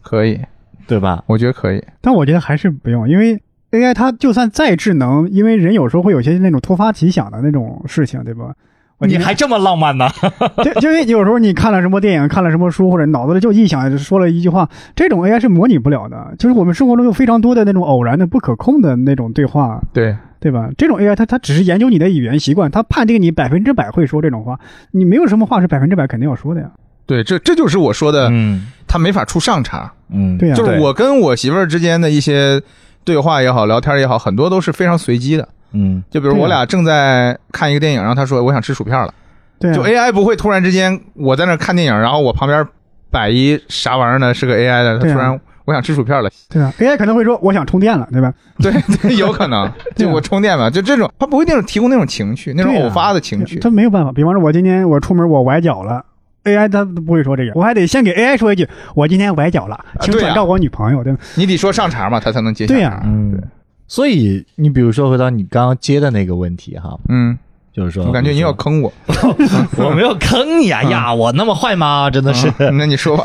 Speaker 3: 可以，
Speaker 4: 对吧？
Speaker 3: 我觉得可以。
Speaker 1: 但我觉得还是不用，因为 AI 它就算再智能，因为人有时候会有些那种突发奇想的那种事情，对吧？
Speaker 4: 你还这么浪 漫呢？
Speaker 1: 就就因为有时候你看了什么电影，看了什么书，或者脑子里就臆想说了一句话，这种 AI 是模拟不了的。就是我们生活中有非常多的那种偶然的、不可控的那种对话，
Speaker 3: 对，
Speaker 1: 对吧？这种 AI 它它只是研究你的语言习惯，它判定你百分之百会说这种话，你没有什么话是百分之百肯定要说的呀。
Speaker 3: 对，这这就是我说的，
Speaker 4: 嗯
Speaker 3: 他没法出上茬。
Speaker 4: 嗯，
Speaker 1: 对呀、
Speaker 3: 就是
Speaker 4: 对
Speaker 3: 我跟我媳妇儿之间的一些对话也好，聊天也好，很多都是非常随机的。
Speaker 4: 嗯，
Speaker 3: 就比如
Speaker 1: 对啊
Speaker 3: 我俩正在看一个电影，然后她说我想吃薯片了，
Speaker 1: 对呀、
Speaker 3: 就 AI 不会突然之间我在那儿看电影，然后我旁边摆一啥玩意儿呢？是个 AI 的，她
Speaker 1: 对啊
Speaker 3: 突然我想吃薯片 了，
Speaker 1: 对啊，AI 可能会说我想充电了，对吧？
Speaker 3: 对，对有可能
Speaker 1: 对
Speaker 3: 就
Speaker 1: 啊
Speaker 3: 我充电吧，就这种，它不会那种提供那种情绪，那种
Speaker 1: 对啊
Speaker 3: 偶发的情绪。
Speaker 1: 他没有办法。比方说，我今天我出门我崴脚了。AI 它都不会说这个，我还得先给 AI 说一句，我今天崴脚了，请
Speaker 3: 啊对呀
Speaker 1: 转告我女朋友，对吧？
Speaker 3: 你得说上茬嘛，他才能接下。啊
Speaker 1: 对啊呀
Speaker 4: 嗯，所以你比如说回到你刚刚接的那个问题哈，
Speaker 3: 嗯，
Speaker 4: 就是说，
Speaker 3: 我感觉你
Speaker 4: 比如
Speaker 3: 要
Speaker 4: 说
Speaker 3: 坑我，
Speaker 4: 我没有坑你
Speaker 3: 嗯
Speaker 4: 啊呀，我那么坏吗？真的是，
Speaker 3: 那你说吧。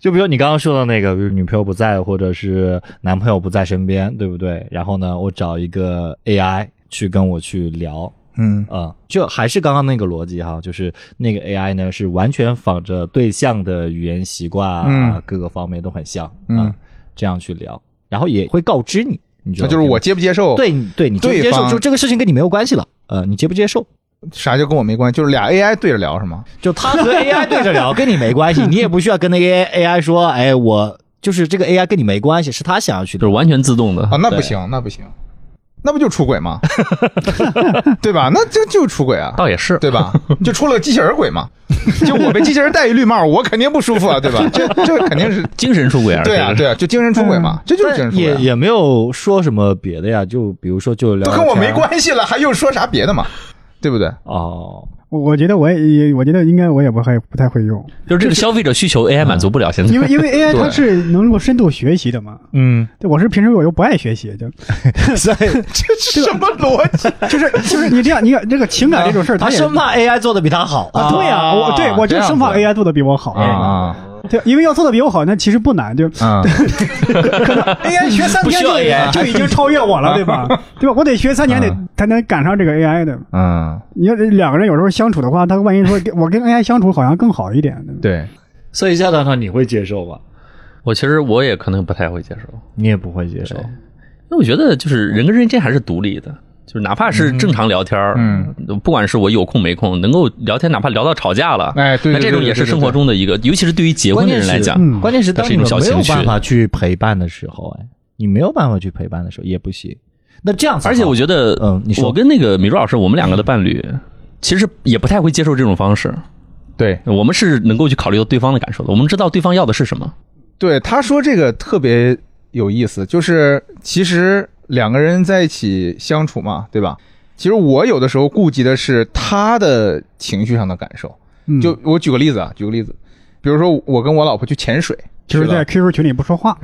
Speaker 4: 就比如你刚刚说的那个，比如女朋友不在，或者是男朋友不在身边，对不对？然后呢，我找一个 AI 去跟我去聊，
Speaker 3: 嗯
Speaker 4: 啊、就还是刚刚那个逻辑哈，就是那个 AI 呢是完全仿着对象的语言习惯啊，
Speaker 3: 嗯
Speaker 4: 各个方面都很像啊、
Speaker 3: 嗯
Speaker 4: 这样去聊，然后也会告知你，你知
Speaker 3: 那
Speaker 4: 道
Speaker 3: 啊就是
Speaker 4: 吗
Speaker 3: 我接不接受？，
Speaker 4: 对你对你接不
Speaker 3: 对
Speaker 4: 接受，
Speaker 3: 方
Speaker 4: 就这个事情跟你没有关系了，呃，你接不接受？
Speaker 3: 啥就跟我没关系，就是俩 AI 对着聊是吗？
Speaker 4: 就他 和 AI 对着聊，跟你没关系，你也不需要跟那 AI AI 说，哎，我就是这个 AI 跟你没关系，是他想要 去
Speaker 2: 就
Speaker 4: 聊
Speaker 2: 是。完全自动的
Speaker 3: 啊，。那不行，那不行，那不就出轨吗？ 对吧？那就就出轨啊，
Speaker 2: 倒也是，
Speaker 3: 对吧？就出了机器人鬼嘛，就我被机器人戴一绿帽，我肯定不舒服啊，对吧？这这肯定是
Speaker 2: 精神出轨而已
Speaker 3: 对啊，对啊，就精神出轨嘛，这就是精神
Speaker 4: 但
Speaker 3: 出轨
Speaker 4: 也
Speaker 3: 啊。
Speaker 4: 也没有说什么别的呀，就比如说就聊
Speaker 3: 都
Speaker 4: 聊
Speaker 3: 跟我没
Speaker 4: 天
Speaker 3: 关系了，还又说啥别的嘛？对不对？
Speaker 4: 哦，
Speaker 1: 我我觉得我也，也我觉得应该我也不太不太会用，
Speaker 2: 就是这个消费者需求 AI 满足不了，现在
Speaker 1: 因为因为 AI
Speaker 3: 对
Speaker 1: 它是能够深度学习的嘛。
Speaker 4: 嗯，
Speaker 1: 对，我是平时我又不爱学习，就
Speaker 4: 所以
Speaker 3: 这是什么逻辑？
Speaker 1: 就是就是你这样，你这个情感这 种事儿，它
Speaker 4: 他
Speaker 1: 也
Speaker 4: 生怕 AI 做的比他好
Speaker 1: 啊，对呀，我对我就
Speaker 3: 这样
Speaker 1: 生怕
Speaker 3: 子
Speaker 1: AI 做的比我好，
Speaker 3: 啊
Speaker 1: 对，因为要做的比我好，那其实不难，就
Speaker 3: 啊！
Speaker 1: AI 学三
Speaker 2: 不
Speaker 1: 天
Speaker 2: 需要
Speaker 1: 就
Speaker 2: AI
Speaker 1: 就已经超越我了，对吧？
Speaker 3: 啊
Speaker 1: 对吧？我得学三年得
Speaker 3: 嗯
Speaker 1: 才能赶上这个 AI 的。
Speaker 3: 嗯，
Speaker 1: 你要两个人有时候相处的话，他万一说跟我跟 AI 相处好像更好一点，对吧
Speaker 3: 对，
Speaker 4: 所以夏糖糖你会接受吧？
Speaker 2: 我其实我也可能不太会接受，因
Speaker 4: 你也不会接受，
Speaker 2: 为我觉得就是人跟人之间还是独立的。就是哪怕是正常聊天儿
Speaker 3: 嗯，
Speaker 2: 不管是我有空没空，能够聊天，哪怕聊到吵架了，
Speaker 3: 哎对对
Speaker 2: 那这种也是生活中的一个，尤其是对于结婚
Speaker 4: 关
Speaker 2: 的
Speaker 4: 键
Speaker 2: 人
Speaker 4: 是
Speaker 2: 来讲，
Speaker 1: 嗯
Speaker 4: 关键是
Speaker 2: 它
Speaker 4: 当
Speaker 2: 是
Speaker 4: 你
Speaker 2: 一
Speaker 4: 们
Speaker 2: 种小
Speaker 4: 没有
Speaker 2: 情绪
Speaker 4: 办法去陪伴的时候，哎，你没有办法去陪伴的时候也不行。那这样子好，
Speaker 2: 而且我觉得，
Speaker 4: 嗯你说
Speaker 2: 我跟那个米若老师，我们两个的伴侣，其实也不太会接受这种方式。
Speaker 3: 对
Speaker 2: 我们是能够去考虑到对方的感受的，我们知道对方要的是 什么。
Speaker 3: 对，他说这个特别有意思，就是其实两个人在一起相处嘛，对吧？其实我有的时候顾及的是他的情绪上的感受。
Speaker 1: 嗯
Speaker 3: 就我举个例子啊，举个例子，比如说我跟我老婆去潜水，
Speaker 1: 就是
Speaker 3: 去了
Speaker 1: 在 QQ 群里不说话，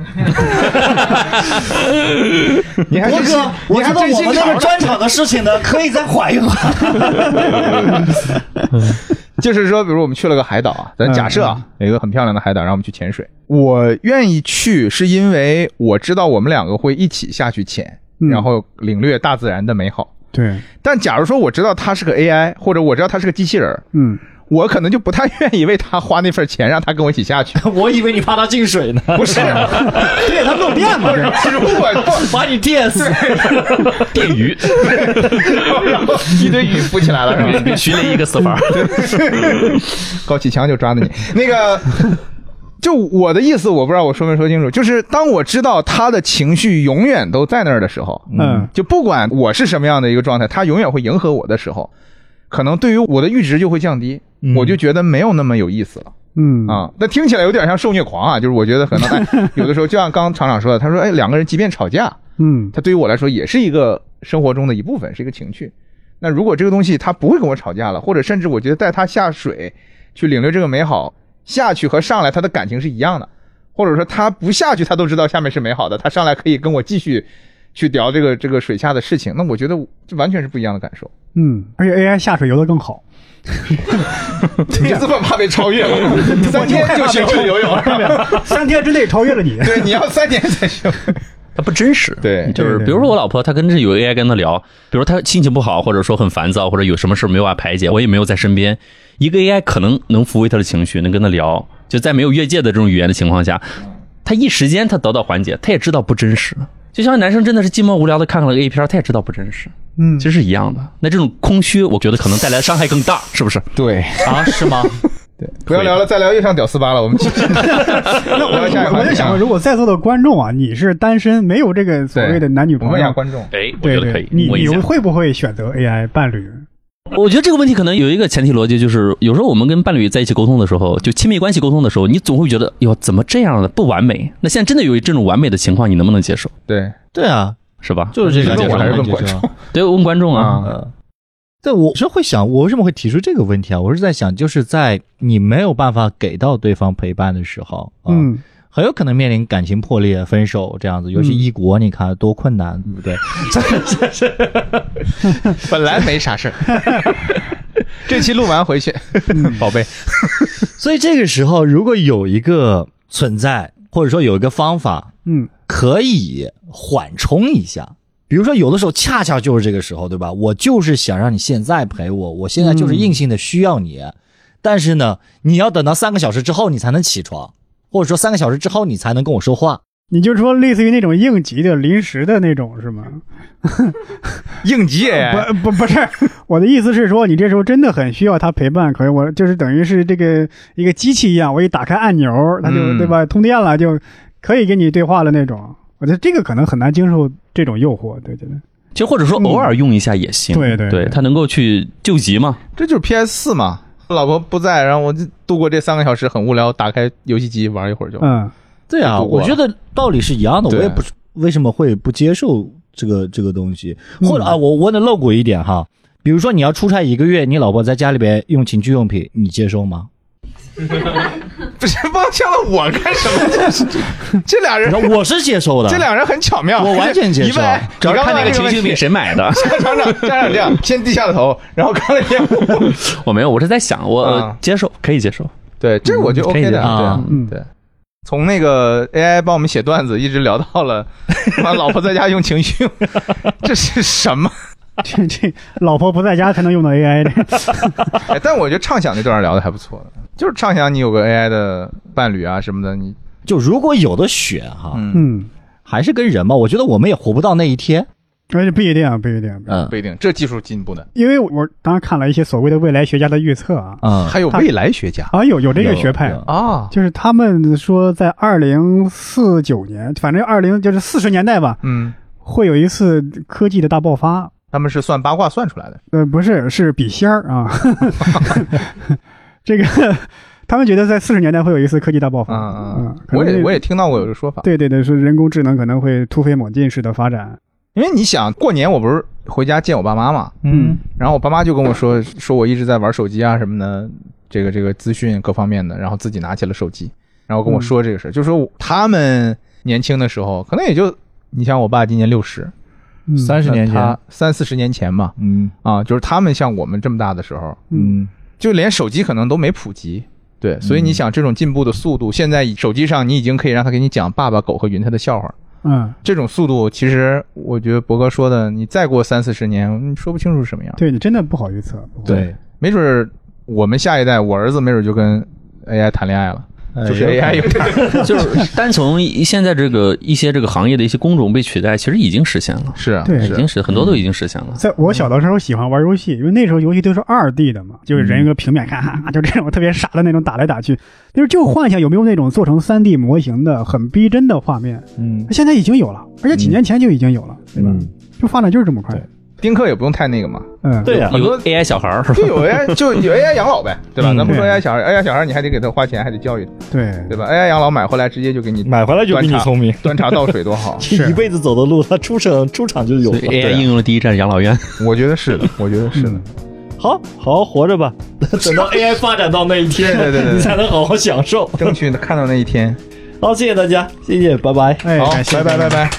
Speaker 3: 你还
Speaker 4: 博
Speaker 3: 真心
Speaker 4: 哥，我
Speaker 3: 你还
Speaker 4: 觉
Speaker 3: 真
Speaker 4: 得我
Speaker 3: 心
Speaker 4: 们那
Speaker 3: 肠
Speaker 4: 个
Speaker 3: 呢
Speaker 4: 专场的事情 呢，可以再缓一缓。
Speaker 3: 就是说，比如我们去了个海岛啊，
Speaker 1: 嗯
Speaker 3: 咱假设啊，有一个很漂亮的海岛，让我们去潜水。我愿意去，是因为我知道我们两个会一起下去潜，
Speaker 1: 嗯
Speaker 3: 然后领略大自然的美好。
Speaker 1: 对，
Speaker 3: 但假如说我知道他是个 AI，或者我知道他是个机器人儿，
Speaker 1: 嗯，
Speaker 3: 我可能就不太愿意为他花那份钱，让他跟我一起下去。
Speaker 4: 我以为你怕他进水呢，
Speaker 3: 不是，
Speaker 1: 对他漏电嘛，这
Speaker 3: 如果
Speaker 4: 把你电死。
Speaker 2: 电鱼，
Speaker 3: 一堆鱼浮起来了，是吧？
Speaker 2: 徐雷一个死法。
Speaker 3: 高启强就抓的你。那个，就我的意思，我不知道我说没说清楚，就是当我知道他的情绪永远都在那儿的时候，
Speaker 1: 嗯，
Speaker 3: 就不管我是什么样的一个状态，他永远会迎合我的时候，可能对于我的阈值就会降低，我就觉得没有那么有意思了。
Speaker 1: 嗯，
Speaker 3: 啊，那听起来有点像受虐狂啊，就是我觉得可能、哎、有的时候，就像刚厂长说的，他说，哎，两个人即便吵架，
Speaker 1: 嗯，
Speaker 3: 它对于我来说也是一个生活中的一部分，是一个情趣。那如果这个东西它不会跟我吵架了，或者甚至我觉得带它下水去领略这个美好，下去和上来它的感情是一样的，或者说它不下去它都知道下面是美好的，它上来可以跟我继续去聊这个这个水下的事情，那我觉得这完全是不一样的感 受。
Speaker 1: 嗯，而且 AI 下水游得更 好，
Speaker 3: 你这么怕被超越 了，三天就学会游泳了。
Speaker 1: 三天之内超越了你。
Speaker 3: 对，你要三年才学会。
Speaker 2: 它不真实。
Speaker 3: 对
Speaker 2: 就是
Speaker 1: 对对
Speaker 2: 比如说我老婆，她跟这有 AI 跟她聊，比如她心情不好，或者说很烦躁，或者有什么事没有办法排解，我也没有在身边，一个 AI 可能能抚慰她的情绪，能跟她聊，就在没有越界的这种语言的情况下，她一时间她得到缓解，她也知道不真实。就像男生真的是寂寞无聊的看看了个 A 片儿，他也知道不真实，
Speaker 1: 嗯
Speaker 2: 其实是一样的。那这种空虚，我觉得可能带来的伤害更大，是不是？
Speaker 3: 对
Speaker 4: 啊？是吗？
Speaker 3: 对，不要聊了，再聊又上屌丝吧了，我们继 续聊下一个
Speaker 1: 我
Speaker 3: 话
Speaker 1: 就
Speaker 3: 题
Speaker 1: 想过，
Speaker 3: 啊。
Speaker 1: 如果在座的观众啊，你是单身，没有这个所谓的男女
Speaker 3: 我问
Speaker 1: 朋
Speaker 3: 一下
Speaker 1: 友，
Speaker 3: 观众，
Speaker 2: 哎，我
Speaker 1: 对
Speaker 2: 觉得可
Speaker 1: 对
Speaker 2: 以，。
Speaker 1: 你
Speaker 2: 问一
Speaker 1: 你
Speaker 2: 下
Speaker 1: 会不会选择 AI 伴侣？
Speaker 2: 我觉得这个问题可能有一个前提逻辑，就是有时候我们跟伴侣在一起沟通的时候，就亲密关系沟通的时候，你总会觉得哟，怎么这样的不完美？那现在真的有这种完美的情况，你能不能接受？
Speaker 3: 对，
Speaker 4: 对啊，
Speaker 2: 是吧？
Speaker 4: 就是这
Speaker 3: 你
Speaker 4: 个
Speaker 3: 问
Speaker 4: 结
Speaker 3: 我
Speaker 4: 论
Speaker 3: 还是问
Speaker 4: 问题
Speaker 3: 观
Speaker 4: 是吧
Speaker 3: 众
Speaker 2: 对，问观众啊，
Speaker 3: 啊？
Speaker 4: 对，我是会想，我为什么会提出这个问题啊？我是在想，就是在你没有办法给到对方陪伴的时候，啊、，
Speaker 1: 嗯，
Speaker 4: 很有可能面临感情破裂、分手这样子。尤其
Speaker 1: 嗯
Speaker 4: 异国，你看多困难，对不对？
Speaker 3: 本来没啥事儿，这期录完回去，宝贝，
Speaker 4: 所以这个时候，如果有一个存在，或者说有一个方法，
Speaker 1: 嗯，
Speaker 4: 可以缓冲一下。比如说，有的时候恰恰就是这个时候，对吧？我就是想让你现在陪我，我现在就是硬性的需要你，但是呢，你要等到三个小时之后你才能起床，或者说三个小时之后你才能跟我说话。
Speaker 1: 你就说类似于那种应急的、临时的那种是吗？
Speaker 3: 应急 AI，
Speaker 1: 不不不是，我的意思是说，你这时候真的很需要他陪伴，可是我就是等于是这个一个机器一样，我一打开按钮，它就、
Speaker 3: 嗯
Speaker 1: 对吧，通电了就可以跟你对话了那种。我觉得这个可能很难经受这种诱惑，对对对，
Speaker 2: 就或者说偶尔用一下也
Speaker 1: 嗯
Speaker 2: 行。
Speaker 1: 对对
Speaker 2: 对
Speaker 1: 对
Speaker 2: 他能够去救急嘛？
Speaker 3: 这就是 PS 四嘛。老婆不在，然后我就度过这三个小时很无聊，打开游戏机玩一会儿就。
Speaker 1: 嗯，
Speaker 4: 对啊，
Speaker 3: 不过
Speaker 4: 我觉得道理是一样的，
Speaker 3: 对
Speaker 4: 我也不为什么会不接受这个这个东西，
Speaker 1: 嗯
Speaker 4: 或者啊，我我得露骨一点哈，比如说你要出差一个月，你老婆在家里边用情趣用品，你接受吗？
Speaker 3: 不是望向了我干什么？这是这俩人
Speaker 4: 你，说我是接受的，
Speaker 3: 这俩人很巧妙，
Speaker 4: 我完全接受
Speaker 3: 你问
Speaker 2: 主要是看那个情绪
Speaker 3: 你
Speaker 2: 病
Speaker 3: 刚
Speaker 2: 谁买的。
Speaker 3: 刚那个问题厂长，家长这样先低下了头，然后看了一眼我。
Speaker 2: 我没有，我是在想，我、
Speaker 3: 啊
Speaker 2: 接受，可以接受。
Speaker 3: 对，这我觉得
Speaker 2: 嗯可以
Speaker 3: OK
Speaker 2: 的
Speaker 3: 的啊
Speaker 4: 啊，
Speaker 3: 对对。从那个 AI 帮我们写段子，一直聊到 了把老婆在家用情 绪，这是什么？
Speaker 1: 这这老婆不在家才能用到 AI 的，
Speaker 3: 哎，但我觉得畅想那段聊的还不错的，就是畅想你有个 AI 的伴侣啊什么的，你
Speaker 4: 就如果有的选哈，
Speaker 3: 嗯
Speaker 1: 嗯，
Speaker 4: 还是跟人嘛，我觉得我们也活不到那一天，
Speaker 1: 而且不一定，啊不一定，
Speaker 4: 嗯
Speaker 3: 不一定，这技术进步呢，
Speaker 1: 因为我当时看了一些所谓的未来学家的预测啊，
Speaker 4: 嗯，
Speaker 3: 还有未来学家
Speaker 1: 好像啊有有这个学派
Speaker 4: 有有
Speaker 3: 啊，
Speaker 1: 就是他们说，在二零四九年，反正二零就是四十年代吧，
Speaker 3: 嗯，
Speaker 1: 会有一次科技的大爆发。
Speaker 3: 他们是算八卦算出来的，
Speaker 1: 呃，不是，是笔仙儿啊。 这个他们觉得在四十年代会有一次科技大爆发。
Speaker 3: 嗯
Speaker 4: 啊
Speaker 3: 嗯，
Speaker 1: 可
Speaker 3: 我
Speaker 1: 能
Speaker 3: 也
Speaker 1: 那
Speaker 3: 我也听到过有个说法，
Speaker 1: 对对对，是人工智能可能会突飞猛进式的发展。
Speaker 3: 因为你想过年我不是回家见我爸妈嘛，
Speaker 1: 嗯
Speaker 3: 然后我爸妈就跟我说，说我一直在玩手机啊什么的，这个这个资讯各方面的，然后自己拿起了手机，然后跟我说这个事儿，就说我他们年轻的时候，可能也就你像我爸今年六十，
Speaker 1: 嗯，
Speaker 4: 三十年前
Speaker 3: 他，三四十年前嘛，
Speaker 4: 嗯
Speaker 3: 啊，就是他们像我们这么大的时候，
Speaker 4: 嗯，
Speaker 3: 就连手机可能都没普及。对，所以你想这种进步的速度，现在手机上你已经可以让他给你讲爸爸、狗和云他的笑话，
Speaker 1: 嗯，
Speaker 3: 这种速度，其实我觉得博哥说的，你再过三四十年，你说不清楚是什么样。
Speaker 1: 对你真的不好预测。
Speaker 4: 对，
Speaker 3: 没准儿我们下一代，我儿子没准儿就跟 AI 谈恋爱了，就是
Speaker 4: 哎
Speaker 3: AI 有点 儿
Speaker 2: 就是单从一现在这个一些这个行业的一些工种被取代，其实已经实现了，
Speaker 3: 是啊
Speaker 1: 对
Speaker 2: 已
Speaker 3: 是
Speaker 2: 经实很多都已经实现了。
Speaker 1: 在我小的时候喜欢玩游戏，因为那时候游戏都是二 D 的嘛，就是人一个平面，咔咔，就这种特别傻的那种打来打去。那时候就幻想有没有那种做成三 D 模型的很逼真的画面，
Speaker 4: 嗯
Speaker 1: 现在已经有了，而且几年前就已经有了，对吧？
Speaker 4: 嗯
Speaker 1: 就发展就是这么快，
Speaker 3: 丁克也不用太那 个嘛，
Speaker 1: 嗯，
Speaker 4: 对啊呀、
Speaker 2: 有个 AI 小孩儿是吧
Speaker 3: 就有 AI 就有 AI 养老呗，对吧？
Speaker 4: 嗯
Speaker 3: 咱不说
Speaker 1: 对
Speaker 3: AI 小孩，AI 小孩你还得给他花钱，还得教育他，
Speaker 1: 对
Speaker 3: 对吧？AI 养老买回来直接就给你
Speaker 4: 买回来就比你
Speaker 3: 端茶
Speaker 4: 聪明，！
Speaker 3: 端茶倒水，多好
Speaker 4: 这一辈子走的路，他出场出场就有
Speaker 2: 所
Speaker 4: 了
Speaker 2: 以。，AI 应用了第一站养老院。
Speaker 3: 我觉得是的，我觉得是
Speaker 1: 嗯
Speaker 3: 的。
Speaker 4: 好好好活着吧， 等到 AI 发展到那一天，
Speaker 3: 对对对对
Speaker 4: 你才能好好享受。
Speaker 3: 争取看到那一天。
Speaker 4: 好，谢谢大家，谢谢，拜拜。
Speaker 1: 哎，
Speaker 3: 好，
Speaker 1: 感谢
Speaker 3: 拜拜拜拜。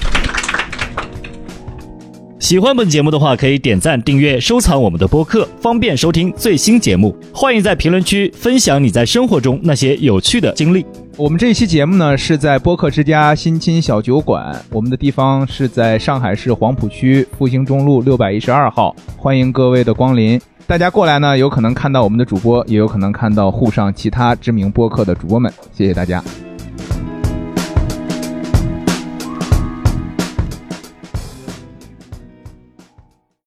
Speaker 4: 喜欢本节目的话，可以点赞、订阅、收藏我们的播客，方便收听最新节目。欢迎在评论区分享你在生活中那些有趣的经历。
Speaker 3: 我们这一期节目呢是在播客之家新青小酒馆，我们的地方是在上海市黄浦区复兴中路六百一十二号，欢迎各位的光临。大家过来呢，有可能看到我们的主播，也有可能看到沪上其他知名播客的主播们。谢谢大家。